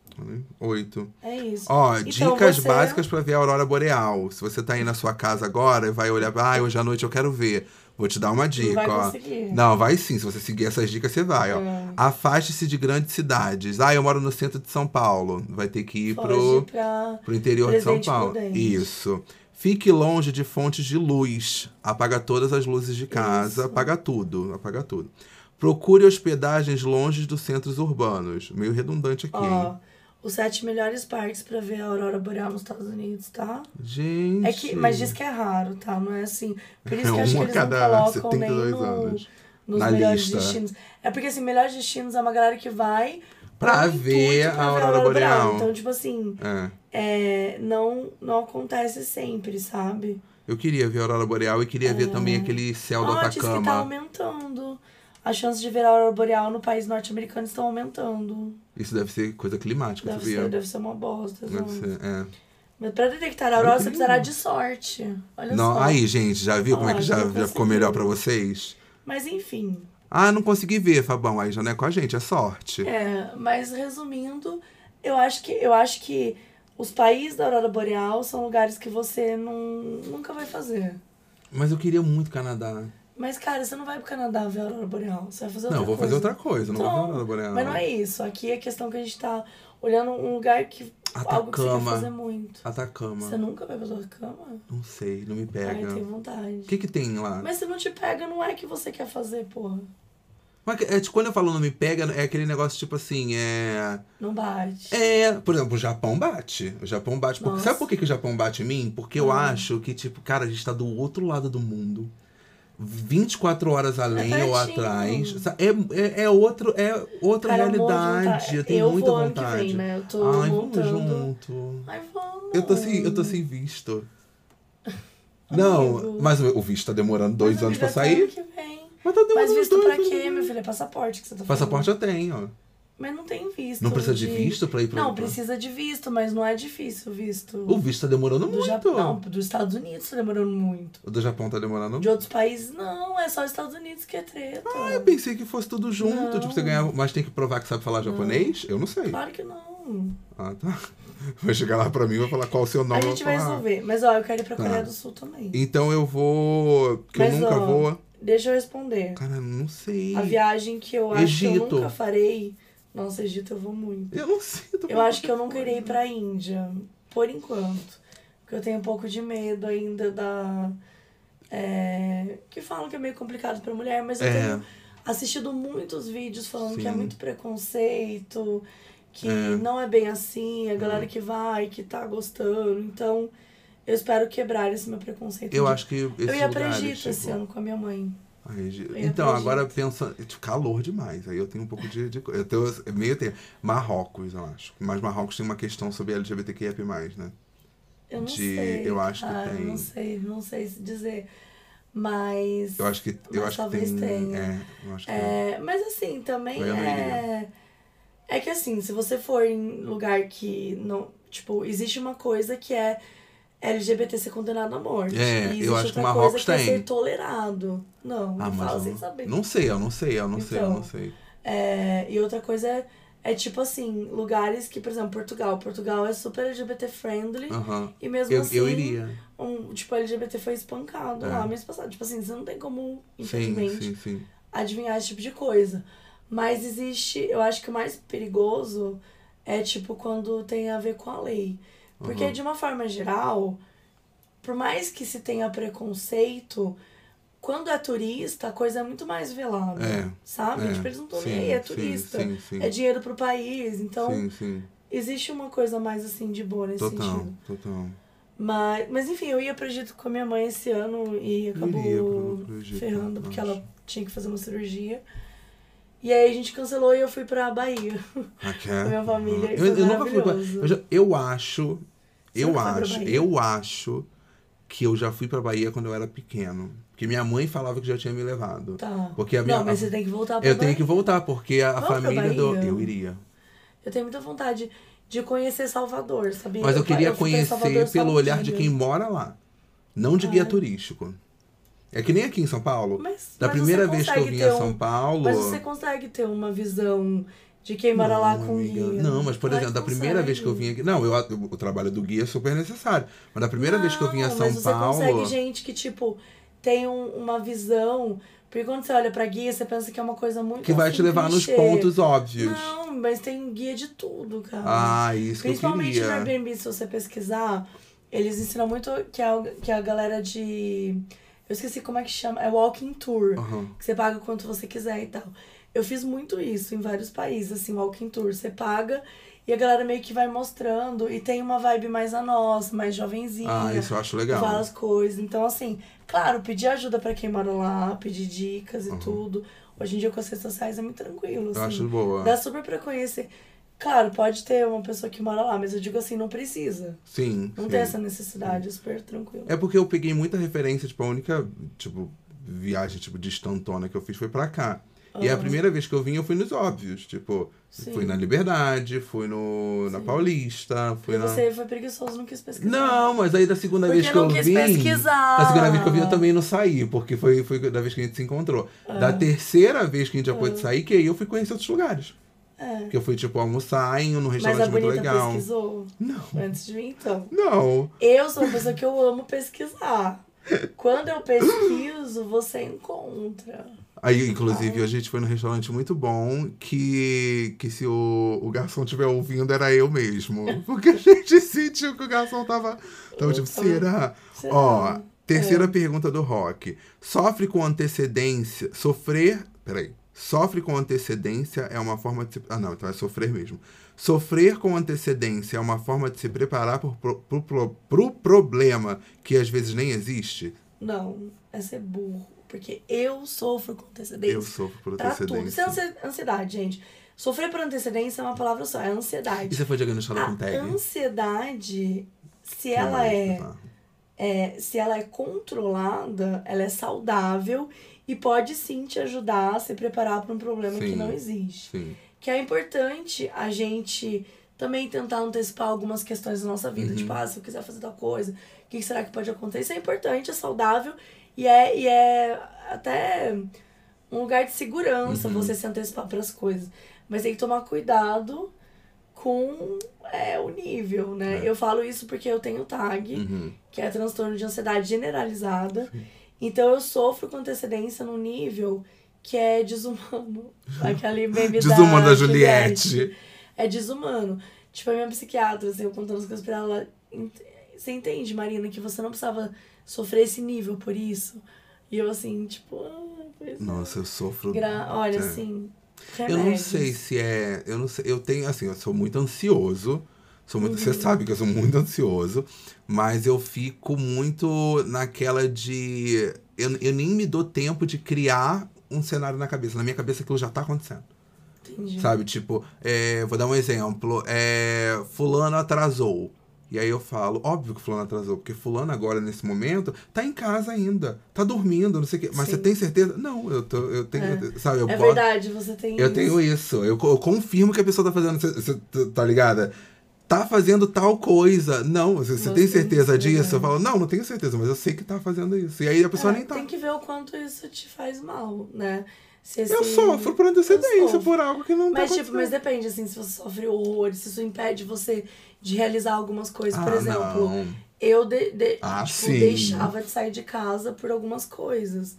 [SPEAKER 5] Oito.
[SPEAKER 6] É isso.
[SPEAKER 5] Ó,
[SPEAKER 6] Então,
[SPEAKER 5] dicas
[SPEAKER 6] você-
[SPEAKER 5] básicas pra ver a aurora boreal. Se você tá aí na sua casa agora e vai olhar, ah, hoje à noite eu quero ver. Vou te dar uma dica,
[SPEAKER 6] vai
[SPEAKER 5] ó.
[SPEAKER 6] conseguir.
[SPEAKER 5] Não, vai sim, se você seguir essas dicas você vai, ó.
[SPEAKER 6] É.
[SPEAKER 5] Afaste-se de grandes cidades. Ah, eu moro no centro de São Paulo. Vai ter que ir
[SPEAKER 6] Foge
[SPEAKER 5] pro
[SPEAKER 6] pra...
[SPEAKER 5] pro interior de São
[SPEAKER 6] Presidente
[SPEAKER 5] Paulo.
[SPEAKER 6] Prudente.
[SPEAKER 5] Isso. Fique longe de fontes de luz. Apaga todas as luzes de casa, apaga tudo, apaga tudo. Procure hospedagens longe dos centros urbanos. Meio redundante aqui, hein?
[SPEAKER 6] Ó, os sete melhores parques pra ver a aurora boreal nos Estados Unidos, tá?
[SPEAKER 5] Gente.
[SPEAKER 6] É que, mas diz que é raro, tá? Não é assim. Por isso que
[SPEAKER 5] É
[SPEAKER 6] eu acho que
[SPEAKER 5] uma
[SPEAKER 6] eles
[SPEAKER 5] cada
[SPEAKER 6] não colocam
[SPEAKER 5] 72
[SPEAKER 6] nem no,
[SPEAKER 5] anos.
[SPEAKER 6] nos
[SPEAKER 5] Na
[SPEAKER 6] melhores
[SPEAKER 5] lista.
[SPEAKER 6] destinos. É porque, assim, melhores destinos é uma galera que vai
[SPEAKER 5] Pra
[SPEAKER 6] com o
[SPEAKER 5] ver
[SPEAKER 6] intuito pra
[SPEAKER 5] a aurora boreal.
[SPEAKER 6] Então, tipo assim,
[SPEAKER 5] É.
[SPEAKER 6] é, não, não acontece sempre, sabe?
[SPEAKER 5] Eu queria ver a Aurora Boreal e queria ver também aquele céu do
[SPEAKER 6] É. Ah, diz que tá
[SPEAKER 5] É Atacama.
[SPEAKER 6] aumentando. As chances de ver a aurora boreal no país norte-americano estão aumentando.
[SPEAKER 5] Isso deve ser coisa climática,
[SPEAKER 6] Deve
[SPEAKER 5] sabia?
[SPEAKER 6] ser, deve ser uma bosta.
[SPEAKER 5] Deve
[SPEAKER 6] não.
[SPEAKER 5] ser, é.
[SPEAKER 6] Mas pra detectar a aurora,
[SPEAKER 5] que
[SPEAKER 6] você
[SPEAKER 5] lindo.
[SPEAKER 6] precisará de sorte. Olha
[SPEAKER 5] Não,
[SPEAKER 6] só.
[SPEAKER 5] aí, gente, já viu como é que
[SPEAKER 6] Ah,
[SPEAKER 5] já,
[SPEAKER 6] eu
[SPEAKER 5] já
[SPEAKER 6] não
[SPEAKER 5] ficou
[SPEAKER 6] consegui.
[SPEAKER 5] melhor pra vocês?
[SPEAKER 6] Mas enfim.
[SPEAKER 5] Ah, não consegui ver, Fabão. Aí já não é com a gente, é sorte.
[SPEAKER 6] É, mas resumindo, eu acho que eu acho que os países da aurora boreal são lugares que você não, nunca vai fazer.
[SPEAKER 5] Mas eu queria muito Canadá.
[SPEAKER 6] Mas cara, você não vai pro Canadá ver a aurora boreal, você vai fazer outra
[SPEAKER 5] Não, vou fazer
[SPEAKER 6] coisa.
[SPEAKER 5] outra coisa, não vou ver a Aurora Boreal.
[SPEAKER 6] Mas não é isso. Aqui é questão que a gente tá olhando um lugar que
[SPEAKER 5] Ah, tá
[SPEAKER 6] algo que você quer
[SPEAKER 5] Atacama.
[SPEAKER 6] fazer muito.
[SPEAKER 5] Ah, Atacama.
[SPEAKER 6] Você nunca vai pra cama?
[SPEAKER 5] Não sei, não me
[SPEAKER 6] Ai,
[SPEAKER 5] pega.
[SPEAKER 6] tem
[SPEAKER 5] O
[SPEAKER 6] vontade.
[SPEAKER 5] que que tem lá?
[SPEAKER 6] Mas se não te pega, não é que você quer fazer, porra.
[SPEAKER 5] Mas que- é, tipo, quando eu falo não me pega, é aquele negócio tipo assim, é...
[SPEAKER 6] Não bate.
[SPEAKER 5] É, por exemplo, o Japão bate. O Japão bate. Porque,
[SPEAKER 6] Nossa.
[SPEAKER 5] sabe por que, que o Japão bate em mim? Porque
[SPEAKER 6] Hum.
[SPEAKER 5] eu acho que, tipo, cara, a gente tá do outro lado do mundo. 24 horas além ou
[SPEAKER 6] Tá pertinho.
[SPEAKER 5] atrás. Sa- É, é, é outro, é outra
[SPEAKER 6] Cara, eu morro de
[SPEAKER 5] realidade.
[SPEAKER 6] vontade.
[SPEAKER 5] Eu tenho
[SPEAKER 6] Eu
[SPEAKER 5] muita
[SPEAKER 6] vou ano que
[SPEAKER 5] vontade.
[SPEAKER 6] vem, né? Eu tô
[SPEAKER 5] Ai, vamos
[SPEAKER 6] montando.
[SPEAKER 5] junto.
[SPEAKER 6] Ai, vamos.
[SPEAKER 5] Eu tô sem, eu tô sem visto. Não,
[SPEAKER 6] Amigo.
[SPEAKER 5] mas o o visto tá demorando dois
[SPEAKER 6] Mas,
[SPEAKER 5] anos pra
[SPEAKER 6] amiga,
[SPEAKER 5] sair.
[SPEAKER 6] até ano que vem.
[SPEAKER 5] Mas tá demorando
[SPEAKER 6] Mas visto
[SPEAKER 5] dois
[SPEAKER 6] pra
[SPEAKER 5] anos.
[SPEAKER 6] quê, meu filho? É passaporte que você tá falando.
[SPEAKER 5] Passaporte eu tenho.
[SPEAKER 6] Mas não tem visto.
[SPEAKER 5] Não precisa de visto pra ir pra
[SPEAKER 6] Não, precisa de visto, mas não é difícil o visto.
[SPEAKER 5] O visto tá demorando
[SPEAKER 6] do
[SPEAKER 5] muito.
[SPEAKER 6] Japão. Não, dos Estados Unidos tá demorando muito.
[SPEAKER 5] O do Japão tá demorando
[SPEAKER 6] De outros países, não. É só os Estados Unidos que é treta.
[SPEAKER 5] Ah, eu pensei que fosse tudo junto.
[SPEAKER 6] Não.
[SPEAKER 5] Tipo, você ganhava. Mas tem que provar que sabe falar japonês? Eu não sei.
[SPEAKER 6] Claro que não.
[SPEAKER 5] Ah, tá. Vai chegar lá pra mim e vai falar qual o seu nome.
[SPEAKER 6] a
[SPEAKER 5] eu
[SPEAKER 6] gente
[SPEAKER 5] vou
[SPEAKER 6] vai
[SPEAKER 5] falar.
[SPEAKER 6] resolver. Mas, ó, eu quero ir pra
[SPEAKER 5] Tá.
[SPEAKER 6] Coreia do Sul também.
[SPEAKER 5] Então eu vou. Que
[SPEAKER 6] mas,
[SPEAKER 5] eu nunca
[SPEAKER 6] ó,
[SPEAKER 5] vou.
[SPEAKER 6] deixa eu responder.
[SPEAKER 5] Cara, não sei.
[SPEAKER 6] A viagem que eu acho que eu
[SPEAKER 5] Egito.
[SPEAKER 6] nunca farei Nossa, Egito eu vou muito.
[SPEAKER 5] Eu não sinto.
[SPEAKER 6] Eu acho que eu nunca irei pra Índia, por enquanto. Porque eu tenho um pouco de medo ainda da. é, que falam que é meio complicado pra mulher, mas eu
[SPEAKER 5] É.
[SPEAKER 6] tenho assistido muitos vídeos falando que é
[SPEAKER 5] Sim.
[SPEAKER 6] muito preconceito, que
[SPEAKER 5] É. Hum.
[SPEAKER 6] não é bem assim, a galera que vai, que tá gostando. Então, eu espero quebrar esse meu preconceito.
[SPEAKER 5] Eu
[SPEAKER 6] de-
[SPEAKER 5] acho que esses
[SPEAKER 6] eu ia pra
[SPEAKER 5] lugares,
[SPEAKER 6] Egito esse
[SPEAKER 5] tipo,
[SPEAKER 6] ano com a minha mãe.
[SPEAKER 5] Ai, Gi-
[SPEAKER 6] ia
[SPEAKER 5] Então,
[SPEAKER 6] pra
[SPEAKER 5] agora pensa. tipo, Calor demais. Aí eu tenho um pouco de. de co- eu tenho é meio tempo. Marrocos, eu acho. Mas Marrocos tem uma questão sobre LGBTQIA, né?
[SPEAKER 6] Eu não
[SPEAKER 5] De-
[SPEAKER 6] sei.
[SPEAKER 5] eu acho que
[SPEAKER 6] cara, eu
[SPEAKER 5] tem.
[SPEAKER 6] Não sei, não sei se dizer. Mas.
[SPEAKER 5] Eu acho que. Eu
[SPEAKER 6] Mas
[SPEAKER 5] acho que
[SPEAKER 6] talvez
[SPEAKER 5] tem.
[SPEAKER 6] tenha.
[SPEAKER 5] É, eu acho que
[SPEAKER 6] É, mas assim, também
[SPEAKER 5] Eu não
[SPEAKER 6] é. É que assim, se você for em lugar que não. Tipo, existe uma coisa que é LGBT ser condenado à morte.
[SPEAKER 5] É,
[SPEAKER 6] e
[SPEAKER 5] eu
[SPEAKER 6] existe
[SPEAKER 5] acho que
[SPEAKER 6] outra
[SPEAKER 5] Marrocos
[SPEAKER 6] coisa que é
[SPEAKER 5] tem.
[SPEAKER 6] ser tolerado. Não,
[SPEAKER 5] Ah,
[SPEAKER 6] não
[SPEAKER 5] mas
[SPEAKER 6] fala
[SPEAKER 5] eu
[SPEAKER 6] sem
[SPEAKER 5] não-
[SPEAKER 6] saber.
[SPEAKER 5] Não sei, eu não sei, eu não sei, eu não
[SPEAKER 6] Então.
[SPEAKER 5] sei.
[SPEAKER 6] É, e outra coisa é, é tipo assim, lugares que, por exemplo, Portugal. Portugal é super LGBT friendly.
[SPEAKER 5] Aham.
[SPEAKER 6] E mesmo
[SPEAKER 5] Ah. Eu,
[SPEAKER 6] assim,
[SPEAKER 5] eu iria.
[SPEAKER 6] um, tipo, LGBT foi espancado
[SPEAKER 5] É.
[SPEAKER 6] lá mês passado. Tipo assim, você não tem como, infelizmente,
[SPEAKER 5] Sim, sim, sim.
[SPEAKER 6] adivinhar esse tipo de coisa. Mas existe, eu acho que o mais perigoso é tipo quando tem a ver com a lei. Porque
[SPEAKER 5] Uhum.
[SPEAKER 6] de uma forma geral, por mais que se tenha preconceito, quando é turista, a coisa é muito mais velada.
[SPEAKER 5] É,
[SPEAKER 6] Sabe?
[SPEAKER 5] é,
[SPEAKER 6] tipo, eles não estão
[SPEAKER 5] sim,
[SPEAKER 6] nem aí, é
[SPEAKER 5] sim,
[SPEAKER 6] turista.
[SPEAKER 5] Sim, sim.
[SPEAKER 6] É dinheiro pro país. Então,
[SPEAKER 5] Sim, sim.
[SPEAKER 6] existe uma coisa mais assim de boa nesse
[SPEAKER 5] Total,
[SPEAKER 6] sentido.
[SPEAKER 5] total.
[SPEAKER 6] Mas, mas enfim, eu ia pro Egito com a minha mãe esse ano e acabou
[SPEAKER 5] iria pro- pro Egito,
[SPEAKER 6] ferrando,
[SPEAKER 5] eu
[SPEAKER 6] porque
[SPEAKER 5] acho.
[SPEAKER 6] ela tinha que fazer uma cirurgia. E aí a gente cancelou e eu fui pra Bahia.
[SPEAKER 5] Raquel.
[SPEAKER 6] Minha família, isso
[SPEAKER 5] Eu,
[SPEAKER 6] é
[SPEAKER 5] eu nunca fui pra,
[SPEAKER 6] maravilhoso.
[SPEAKER 5] eu, já- eu acho. Eu
[SPEAKER 6] nunca foi pra
[SPEAKER 5] acho.
[SPEAKER 6] Bahia?
[SPEAKER 5] Eu acho que eu já fui pra Bahia quando eu era pequeno. Porque minha mãe falava que já tinha me levado.
[SPEAKER 6] Tá.
[SPEAKER 5] Porque a minha.
[SPEAKER 6] Não, mas você
[SPEAKER 5] a-
[SPEAKER 6] tem que voltar pra
[SPEAKER 5] eu
[SPEAKER 6] Bahia.
[SPEAKER 5] tenho que voltar, porque a
[SPEAKER 6] Vamos pra
[SPEAKER 5] família do.
[SPEAKER 6] Bahia?
[SPEAKER 5] Eu iria.
[SPEAKER 6] Eu tenho muita vontade de conhecer Salvador, sabia?
[SPEAKER 5] Mas eu queria
[SPEAKER 6] fui pra Salvador
[SPEAKER 5] conhecer
[SPEAKER 6] só
[SPEAKER 5] pelo
[SPEAKER 6] um
[SPEAKER 5] olhar de
[SPEAKER 6] dia.
[SPEAKER 5] quem mora lá. Não de guia turístico. É que nem aqui em São Paulo.
[SPEAKER 6] Mas-
[SPEAKER 5] da
[SPEAKER 6] mas
[SPEAKER 5] primeira
[SPEAKER 6] você
[SPEAKER 5] vez que eu
[SPEAKER 6] consegue
[SPEAKER 5] vim
[SPEAKER 6] ter
[SPEAKER 5] a
[SPEAKER 6] um-
[SPEAKER 5] São Paulo.
[SPEAKER 6] Mas você consegue ter uma visão de quem mora lá com um
[SPEAKER 5] amiga.
[SPEAKER 6] guia.
[SPEAKER 5] Não, mas por
[SPEAKER 6] Claro
[SPEAKER 5] exemplo, da primeira
[SPEAKER 6] é consegue.
[SPEAKER 5] vez que eu vim aqui. Não, eu, eu- o trabalho do guia é super necessário. Mas da primeira vez que eu vim a
[SPEAKER 6] Não,
[SPEAKER 5] São
[SPEAKER 6] mas você
[SPEAKER 5] Paulo.
[SPEAKER 6] consegue gente que, tipo, tem um- uma visão. Porque quando você olha pra guia, você pensa que é uma coisa muito.
[SPEAKER 5] que vai
[SPEAKER 6] assim,
[SPEAKER 5] te levar nos
[SPEAKER 6] clichê.
[SPEAKER 5] pontos óbvios.
[SPEAKER 6] Não, mas tem guia de tudo, cara.
[SPEAKER 5] Ah, isso que eu
[SPEAKER 6] Principalmente no
[SPEAKER 5] queria.
[SPEAKER 6] Airbnb, se você pesquisar, eles ensinam muito que a, que a galera de. Eu esqueci como é que chama. É walking tour.
[SPEAKER 5] Aham.
[SPEAKER 6] Que você paga quanto você quiser e tal. Eu fiz muito isso em vários países, assim, walking tour. Você paga e a galera meio que vai mostrando. E tem uma vibe mais a nossa, mais jovenzinha.
[SPEAKER 5] Ah, isso eu acho legal.
[SPEAKER 6] Várias coisas. Então, assim, claro, pedir ajuda pra quem mora lá, pedir dicas e tudo. Hoje em dia com as redes sociais é muito tranquilo.
[SPEAKER 5] Eu
[SPEAKER 6] assim.
[SPEAKER 5] acho boa.
[SPEAKER 6] Dá super pra conhecer. Claro, pode ter uma pessoa que mora lá, mas eu digo assim, não precisa.
[SPEAKER 5] Sim.
[SPEAKER 6] Não
[SPEAKER 5] sim.
[SPEAKER 6] tem essa necessidade, é super tranquilo.
[SPEAKER 5] É porque eu peguei muita referência, tipo, a única, tipo, viagem, tipo, distantona que eu fiz foi pra cá. E a primeira vez que eu vim, eu fui nos óbvios. Tipo,
[SPEAKER 6] Sim.
[SPEAKER 5] fui na Liberdade, fui no, na Paulista, fui
[SPEAKER 6] Porque
[SPEAKER 5] na...
[SPEAKER 6] você foi preguiçoso, não quis pesquisar.
[SPEAKER 5] Não, mas aí da segunda
[SPEAKER 6] Porque
[SPEAKER 5] vez que
[SPEAKER 6] não
[SPEAKER 5] eu
[SPEAKER 6] quis
[SPEAKER 5] vim.
[SPEAKER 6] pesquisar.
[SPEAKER 5] Da segunda vez que eu vim, eu também não saí, porque foi, foi da vez que a gente se encontrou.
[SPEAKER 6] Ah.
[SPEAKER 5] Da terceira vez que a gente já pôde sair, que aí eu fui conhecer outros lugares.
[SPEAKER 6] É.
[SPEAKER 5] Que eu fui, tipo, almoçar em um
[SPEAKER 6] Mas a
[SPEAKER 5] restaurante muito
[SPEAKER 6] bonita
[SPEAKER 5] legal.
[SPEAKER 6] pesquisou
[SPEAKER 5] Não.
[SPEAKER 6] antes de mim, então.
[SPEAKER 5] Não.
[SPEAKER 6] Eu sou uma pessoa que eu amo pesquisar. Quando eu pesquiso, você encontra.
[SPEAKER 5] Aí, inclusive, hoje a gente foi num restaurante muito bom que, que se o, o garçom estiver ouvindo, era eu mesmo. Porque a gente sentiu que o garçom tava. Tava tipo, será?
[SPEAKER 6] será? É.
[SPEAKER 5] Ó, terceira pergunta do Rock. Sofre com antecedência. Sofrer. Peraí. Sofre com antecedência é uma forma de se. Ah, não, então é sofrer mesmo. Sofrer com antecedência é uma forma de se preparar pro, pro, pro, pro problema que às vezes nem existe.
[SPEAKER 6] Não, é ser burro. Porque eu sofro com antecedência.
[SPEAKER 5] Eu sofro por
[SPEAKER 6] Pra tudo. Isso é
[SPEAKER 5] antecedência.
[SPEAKER 6] ansi- ansiedade, gente. Sofrer por antecedência é uma palavra só, é
[SPEAKER 5] E
[SPEAKER 6] ansiedade.
[SPEAKER 5] você foi diagnosticada com
[SPEAKER 6] A
[SPEAKER 5] tag?
[SPEAKER 6] ansiedade, se
[SPEAKER 5] Que
[SPEAKER 6] ela
[SPEAKER 5] mais
[SPEAKER 6] é,
[SPEAKER 5] que tá?
[SPEAKER 6] é- se ela é controlada, ela é saudável e pode sim te ajudar a se preparar para um problema que
[SPEAKER 5] Sim.
[SPEAKER 6] não existe.
[SPEAKER 5] Sim.
[SPEAKER 6] Que é importante a gente também tentar antecipar algumas questões da nossa
[SPEAKER 5] Uhum.
[SPEAKER 6] vida. Tipo, ah, se eu quiser fazer tal coisa, o que será que pode acontecer? Isso é importante, é saudável e é, e é até um lugar de
[SPEAKER 5] Uhum.
[SPEAKER 6] segurança você se antecipar para as coisas. Mas tem que tomar cuidado com é, o nível, né?
[SPEAKER 5] É.
[SPEAKER 6] Eu falo isso porque eu tenho TAG,
[SPEAKER 5] Uhum.
[SPEAKER 6] que é transtorno de ansiedade generalizada. Então eu sofro com antecedência num nível que é desumano. Tá Aquele meme
[SPEAKER 5] Desumano
[SPEAKER 6] né?
[SPEAKER 5] da
[SPEAKER 6] Juliette.
[SPEAKER 5] Juliette.
[SPEAKER 6] É desumano. Tipo, a minha psiquiatra, assim, eu contando as coisas pra ela. "Ent- Você entende, Marina, que você não precisava sofrer esse nível por isso? E eu, assim, tipo, ah, pois é."
[SPEAKER 5] Nossa, eu sofro.
[SPEAKER 6] Gra- Olha,
[SPEAKER 5] É.
[SPEAKER 6] assim.
[SPEAKER 5] Eu não
[SPEAKER 6] remédios.
[SPEAKER 5] sei se é. Eu não sei. Eu tenho, assim, eu sou muito ansioso. Sou muito,
[SPEAKER 6] Uhum.
[SPEAKER 5] Você sabe que eu sou muito ansioso. Mas eu fico muito naquela de. Eu, eu nem me dou tempo de criar um cenário na cabeça. Na minha cabeça aquilo já tá acontecendo.
[SPEAKER 6] Entendi.
[SPEAKER 5] Sabe? Tipo, é, vou dar um exemplo. É, fulano atrasou. E aí eu falo, óbvio que fulano atrasou, porque fulano agora, nesse momento, tá em casa ainda. Tá dormindo, não sei o quê. Mas
[SPEAKER 6] Sim.
[SPEAKER 5] você tem certeza? Não, eu, tô, eu tenho. Sabe, eu
[SPEAKER 6] É
[SPEAKER 5] boto-
[SPEAKER 6] verdade, você tem.
[SPEAKER 5] eu tenho isso. Eu, co- eu confirmo que a pessoa tá fazendo. cê- cê t- tá ligada? Tá fazendo tal coisa. Não, você, você
[SPEAKER 6] Você
[SPEAKER 5] tem certeza
[SPEAKER 6] tem
[SPEAKER 5] disso?
[SPEAKER 6] certeza.
[SPEAKER 5] Eu falo, não, não tenho certeza, mas eu sei que tá fazendo isso. E aí a pessoa
[SPEAKER 6] É,
[SPEAKER 5] nem tá.
[SPEAKER 6] Tem que ver o quanto isso te faz mal, né? Se
[SPEAKER 5] Eu
[SPEAKER 6] esse-
[SPEAKER 5] sofro por antecedência,
[SPEAKER 6] sofro.
[SPEAKER 5] por algo que não
[SPEAKER 6] Mas,
[SPEAKER 5] tá
[SPEAKER 6] tipo, mas depende, assim, se você sofre horrores, se isso impede você de realizar algumas coisas. Por
[SPEAKER 5] Ah,
[SPEAKER 6] exemplo,
[SPEAKER 5] não.
[SPEAKER 6] eu de- de-
[SPEAKER 5] Ah,
[SPEAKER 6] tipo,
[SPEAKER 5] sim.
[SPEAKER 6] deixava de sair de casa por algumas coisas.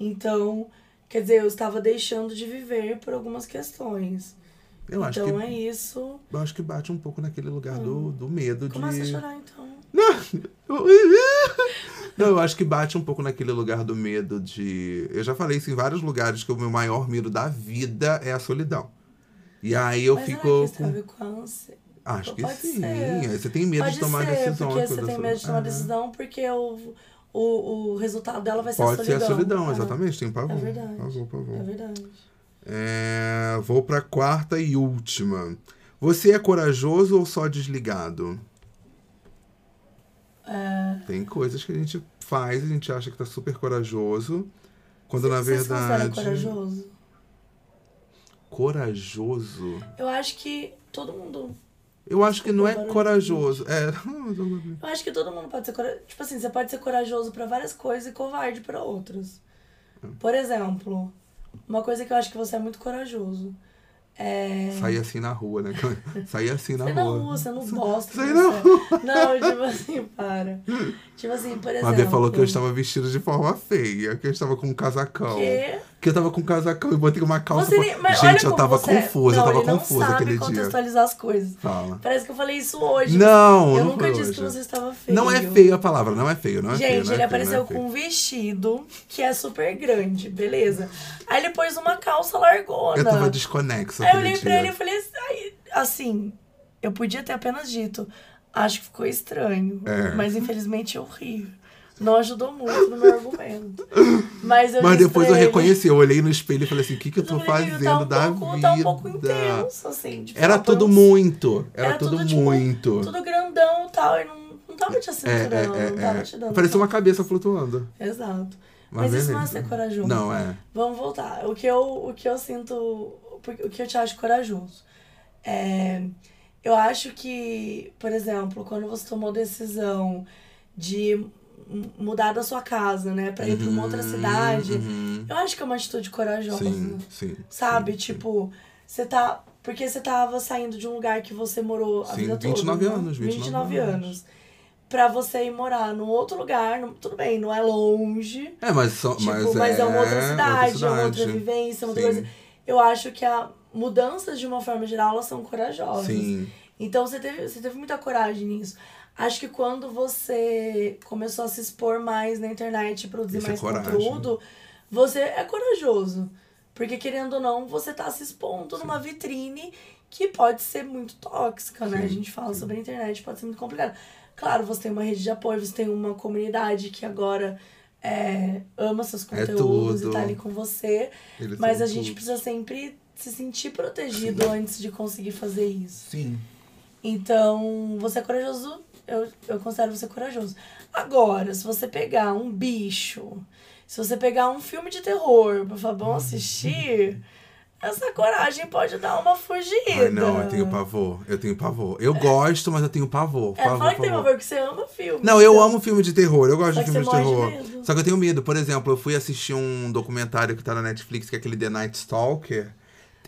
[SPEAKER 6] Então, quer dizer, eu estava deixando de viver por algumas questões.
[SPEAKER 5] Eu acho,
[SPEAKER 6] então
[SPEAKER 5] que,
[SPEAKER 6] é isso.
[SPEAKER 5] eu acho que bate um pouco naquele lugar
[SPEAKER 6] Hum.
[SPEAKER 5] do, do medo
[SPEAKER 6] Começa a
[SPEAKER 5] de.
[SPEAKER 6] chorar, então.
[SPEAKER 5] Não, eu acho que bate um pouco naquele lugar do medo de. Eu já falei isso em vários lugares que o meu maior medo da vida é a solidão. E aí eu
[SPEAKER 6] Mas será
[SPEAKER 5] fico.
[SPEAKER 6] que isso
[SPEAKER 5] com-
[SPEAKER 6] tem a ver com a ânsia?
[SPEAKER 5] Acho que
[SPEAKER 6] Pode
[SPEAKER 5] sim.
[SPEAKER 6] ser.
[SPEAKER 5] Você tem medo
[SPEAKER 6] Pode
[SPEAKER 5] de tomar
[SPEAKER 6] ser,
[SPEAKER 5] decisões.
[SPEAKER 6] porque
[SPEAKER 5] coisa
[SPEAKER 6] você tem
[SPEAKER 5] assim.
[SPEAKER 6] medo de tomar
[SPEAKER 5] Ah,
[SPEAKER 6] decisão porque é o, o, o resultado dela vai ser a
[SPEAKER 5] Pode ser
[SPEAKER 6] solidão.
[SPEAKER 5] a solidão,
[SPEAKER 6] Ah,
[SPEAKER 5] exatamente. Tem um pavor.
[SPEAKER 6] É verdade.
[SPEAKER 5] Pavor,
[SPEAKER 6] É
[SPEAKER 5] pavor.
[SPEAKER 6] verdade.
[SPEAKER 5] É, vou pra quarta e última. Você é corajoso ou só desligado? Tem coisas que a gente faz e a gente acha que tá super corajoso, quando na
[SPEAKER 6] Você se considera
[SPEAKER 5] verdade.
[SPEAKER 6] corajoso?
[SPEAKER 5] Corajoso?
[SPEAKER 6] Eu acho que todo mundo.
[SPEAKER 5] Eu acho que não é
[SPEAKER 6] Desculpa,
[SPEAKER 5] corajoso. É.
[SPEAKER 6] Eu acho que todo mundo pode ser corajoso. Tipo assim, você pode ser corajoso pra várias coisas e covarde pra outras.
[SPEAKER 5] Hum.
[SPEAKER 6] Por exemplo, uma coisa que eu acho que você é muito corajoso é.
[SPEAKER 5] Sair assim na rua, né? Sair assim na
[SPEAKER 6] Você não
[SPEAKER 5] rua.
[SPEAKER 6] usa, não gosta.
[SPEAKER 5] Sei
[SPEAKER 6] não. é. Não, tipo assim, para. Tipo assim, por exemplo.
[SPEAKER 5] Uma vez falou que eu estava vestido de forma feia, que eu estava com um casacão.
[SPEAKER 6] Quê?
[SPEAKER 5] Que eu tava com um casacão e botei uma calça.
[SPEAKER 6] Você
[SPEAKER 5] pra-
[SPEAKER 6] nem- mas olha
[SPEAKER 5] Gente, eu
[SPEAKER 6] como
[SPEAKER 5] tava
[SPEAKER 6] você é.
[SPEAKER 5] confusa,
[SPEAKER 6] não,
[SPEAKER 5] eu
[SPEAKER 6] ele
[SPEAKER 5] tava confusa
[SPEAKER 6] não sabe
[SPEAKER 5] aquele dia.
[SPEAKER 6] contextualizar as coisas.
[SPEAKER 5] Fala.
[SPEAKER 6] Parece que eu falei isso hoje.
[SPEAKER 5] Não,
[SPEAKER 6] eu
[SPEAKER 5] não
[SPEAKER 6] nunca
[SPEAKER 5] foi
[SPEAKER 6] disse
[SPEAKER 5] hoje.
[SPEAKER 6] que você estava feio.
[SPEAKER 5] Não é feio a palavra, não é feio, não é feio.
[SPEAKER 6] Gente,
[SPEAKER 5] não é
[SPEAKER 6] ele
[SPEAKER 5] feio,
[SPEAKER 6] apareceu
[SPEAKER 5] não é feio.
[SPEAKER 6] com um vestido que é super grande, beleza. Aí ele pôs uma calça largona.
[SPEAKER 5] Eu tava desconexa.
[SPEAKER 6] Aí eu
[SPEAKER 5] aquele
[SPEAKER 6] olhei pra
[SPEAKER 5] dia.
[SPEAKER 6] ele e falei assim, "Ai", assim, eu podia ter apenas dito, acho que ficou estranho,
[SPEAKER 5] É.
[SPEAKER 6] mas infelizmente eu ri. Não ajudou muito no meu argumento. Mas, eu
[SPEAKER 5] Mas
[SPEAKER 6] disse
[SPEAKER 5] depois
[SPEAKER 6] pra
[SPEAKER 5] eu
[SPEAKER 6] ele,
[SPEAKER 5] reconheci, eu olhei no espelho e falei assim: o que, que eu tô
[SPEAKER 6] falei,
[SPEAKER 5] fazendo
[SPEAKER 6] "Amigo, tá um
[SPEAKER 5] da
[SPEAKER 6] pouco,
[SPEAKER 5] vida?
[SPEAKER 6] Tá um pouco intenso, assim. tipo,
[SPEAKER 5] Era
[SPEAKER 6] ela põe
[SPEAKER 5] tudo
[SPEAKER 6] uns-
[SPEAKER 5] muito. Era,
[SPEAKER 6] era
[SPEAKER 5] tudo,
[SPEAKER 6] tudo, tipo,
[SPEAKER 5] muito.
[SPEAKER 6] Tudo grandão e tal, e não, não tava te
[SPEAKER 5] é, é,
[SPEAKER 6] assinando, não tava te
[SPEAKER 5] é, é.
[SPEAKER 6] dando.
[SPEAKER 5] Parecia uma cabeça flutuando.
[SPEAKER 6] Exato.
[SPEAKER 5] Mas
[SPEAKER 6] Mas, isso não é
[SPEAKER 5] beleza.
[SPEAKER 6] ser corajoso.
[SPEAKER 5] Não, é.
[SPEAKER 6] Vamos voltar. O que eu, o que eu sinto. O que eu te acho corajoso. É, eu acho que, por exemplo, quando você tomou decisão de mu- mudar da sua casa, né, pra ir pra uma outra
[SPEAKER 5] Uhum,
[SPEAKER 6] cidade,
[SPEAKER 5] uhum.
[SPEAKER 6] eu acho que é uma atitude corajosa.
[SPEAKER 5] Sim, sim.
[SPEAKER 6] Sabe?
[SPEAKER 5] sim, sim.
[SPEAKER 6] Tipo, você tá. Porque você tava saindo de um lugar que você morou a
[SPEAKER 5] Sim,
[SPEAKER 6] vida toda.
[SPEAKER 5] 29
[SPEAKER 6] né?
[SPEAKER 5] anos, 29
[SPEAKER 6] anos. Pra você ir morar num outro lugar, num- tudo bem, não é longe.
[SPEAKER 5] É, mas, só,
[SPEAKER 6] Tipo,
[SPEAKER 5] mas,
[SPEAKER 6] mas, é uma outra cidade, é uma outra
[SPEAKER 5] cidade.
[SPEAKER 6] vivência, uma outra
[SPEAKER 5] Sim.
[SPEAKER 6] coisa. Eu acho que a mudanças, de uma forma geral, elas são corajosas.
[SPEAKER 5] Sim.
[SPEAKER 6] Então você teve, você teve muita coragem nisso. Acho que quando você começou a se expor mais na internet, produzir
[SPEAKER 5] Isso é
[SPEAKER 6] mais
[SPEAKER 5] coragem.
[SPEAKER 6] conteúdo, você é corajoso. Porque querendo ou não, você tá se expondo numa vitrine que pode ser muito tóxica, né?
[SPEAKER 5] Sim,
[SPEAKER 6] A gente fala sobre a internet, pode ser muito complicado. Claro, você tem uma rede de apoio, você tem uma comunidade que agora é, ama seus
[SPEAKER 5] É
[SPEAKER 6] conteúdos e
[SPEAKER 5] tudo.
[SPEAKER 6] tá ali com você.
[SPEAKER 5] Eles
[SPEAKER 6] Mas
[SPEAKER 5] são
[SPEAKER 6] a gente
[SPEAKER 5] tudo.
[SPEAKER 6] precisa sempre se sentir protegido antes de conseguir fazer isso.
[SPEAKER 5] Sim.
[SPEAKER 6] Então, você é corajoso, eu, eu considero você corajoso. Agora, se você pegar um bicho, se você pegar um filme de terror pra falar,
[SPEAKER 5] Uhum.
[SPEAKER 6] vamos assistir, essa coragem pode dar uma fugida.
[SPEAKER 5] Ai, não, eu tenho pavor. Eu tenho pavor. Eu gosto, mas eu tenho pavor.
[SPEAKER 6] É,
[SPEAKER 5] pavor,
[SPEAKER 6] fala que tem
[SPEAKER 5] pavor.
[SPEAKER 6] pavor, que você ama filme.
[SPEAKER 5] Não, eu
[SPEAKER 6] então.
[SPEAKER 5] amo filme de terror. Eu gosto
[SPEAKER 6] Só
[SPEAKER 5] de
[SPEAKER 6] que
[SPEAKER 5] filme de
[SPEAKER 6] você
[SPEAKER 5] terror.
[SPEAKER 6] morre de medo.
[SPEAKER 5] Só que eu tenho medo. Por exemplo, eu fui assistir um documentário que tá na Netflix, que é aquele The Night Stalker.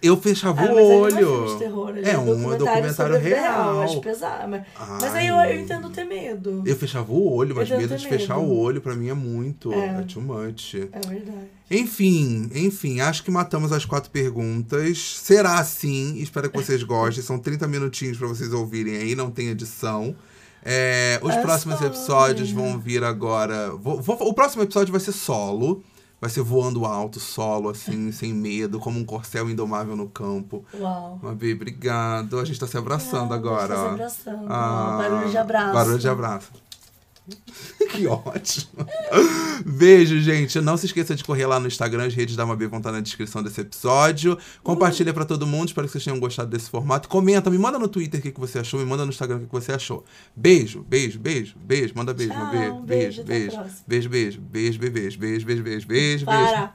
[SPEAKER 5] Eu fechava
[SPEAKER 6] Ah,
[SPEAKER 5] o
[SPEAKER 6] mas aí não é
[SPEAKER 5] olho.
[SPEAKER 6] filme de terror, ele
[SPEAKER 5] é um documentário,
[SPEAKER 6] sobre a vida
[SPEAKER 5] real.
[SPEAKER 6] Eu acho pesado. Mas, mas aí eu,
[SPEAKER 5] Ai.
[SPEAKER 6] eu entendo ter medo.
[SPEAKER 5] Eu fechava o olho, mas
[SPEAKER 6] Eu
[SPEAKER 5] medo de
[SPEAKER 6] tenho
[SPEAKER 5] fechar
[SPEAKER 6] medo.
[SPEAKER 5] o olho pra mim é muito. É,
[SPEAKER 6] É.
[SPEAKER 5] too much.
[SPEAKER 6] É verdade.
[SPEAKER 5] Enfim, enfim, acho que matamos as quatro perguntas. Será assim? Espero que vocês gostem. São 30 minutinhos pra vocês ouvirem aí, não tem edição. É, os
[SPEAKER 6] É
[SPEAKER 5] próximos
[SPEAKER 6] solo,
[SPEAKER 5] episódios
[SPEAKER 6] menina.
[SPEAKER 5] vão vir agora. Vou- vou- o próximo episódio vai ser solo. Vai ser voando alto, solo, assim, sem medo, como um corcel indomável no campo.
[SPEAKER 6] Uau.
[SPEAKER 5] Mabi, obrigado. A gente tá se abraçando
[SPEAKER 6] Ah,
[SPEAKER 5] agora.
[SPEAKER 6] tá se
[SPEAKER 5] ó.
[SPEAKER 6] abraçando,
[SPEAKER 5] Ah,
[SPEAKER 6] ó, barulho de abraço.
[SPEAKER 5] Barulho de abraço. que ótimo. Beijo, gente. Não se esqueça de correr lá no Instagram. As redes da Mabi vão estar na descrição desse episódio. Compartilha pra todo mundo. Espero que vocês tenham gostado desse formato. Comenta, me manda no Twitter o que, que você achou. Me manda no Instagram o que, que você achou. Beijo, beijo, beijo, beijo. Manda beijo,
[SPEAKER 6] Tchau,
[SPEAKER 5] Mabi.
[SPEAKER 6] beijo,
[SPEAKER 5] Beijo,
[SPEAKER 6] até a
[SPEAKER 5] beijo.
[SPEAKER 6] próxima.
[SPEAKER 5] Beijo, beijo, beijo, beijo, beijo, beijo, beijo, beijo.
[SPEAKER 6] Para.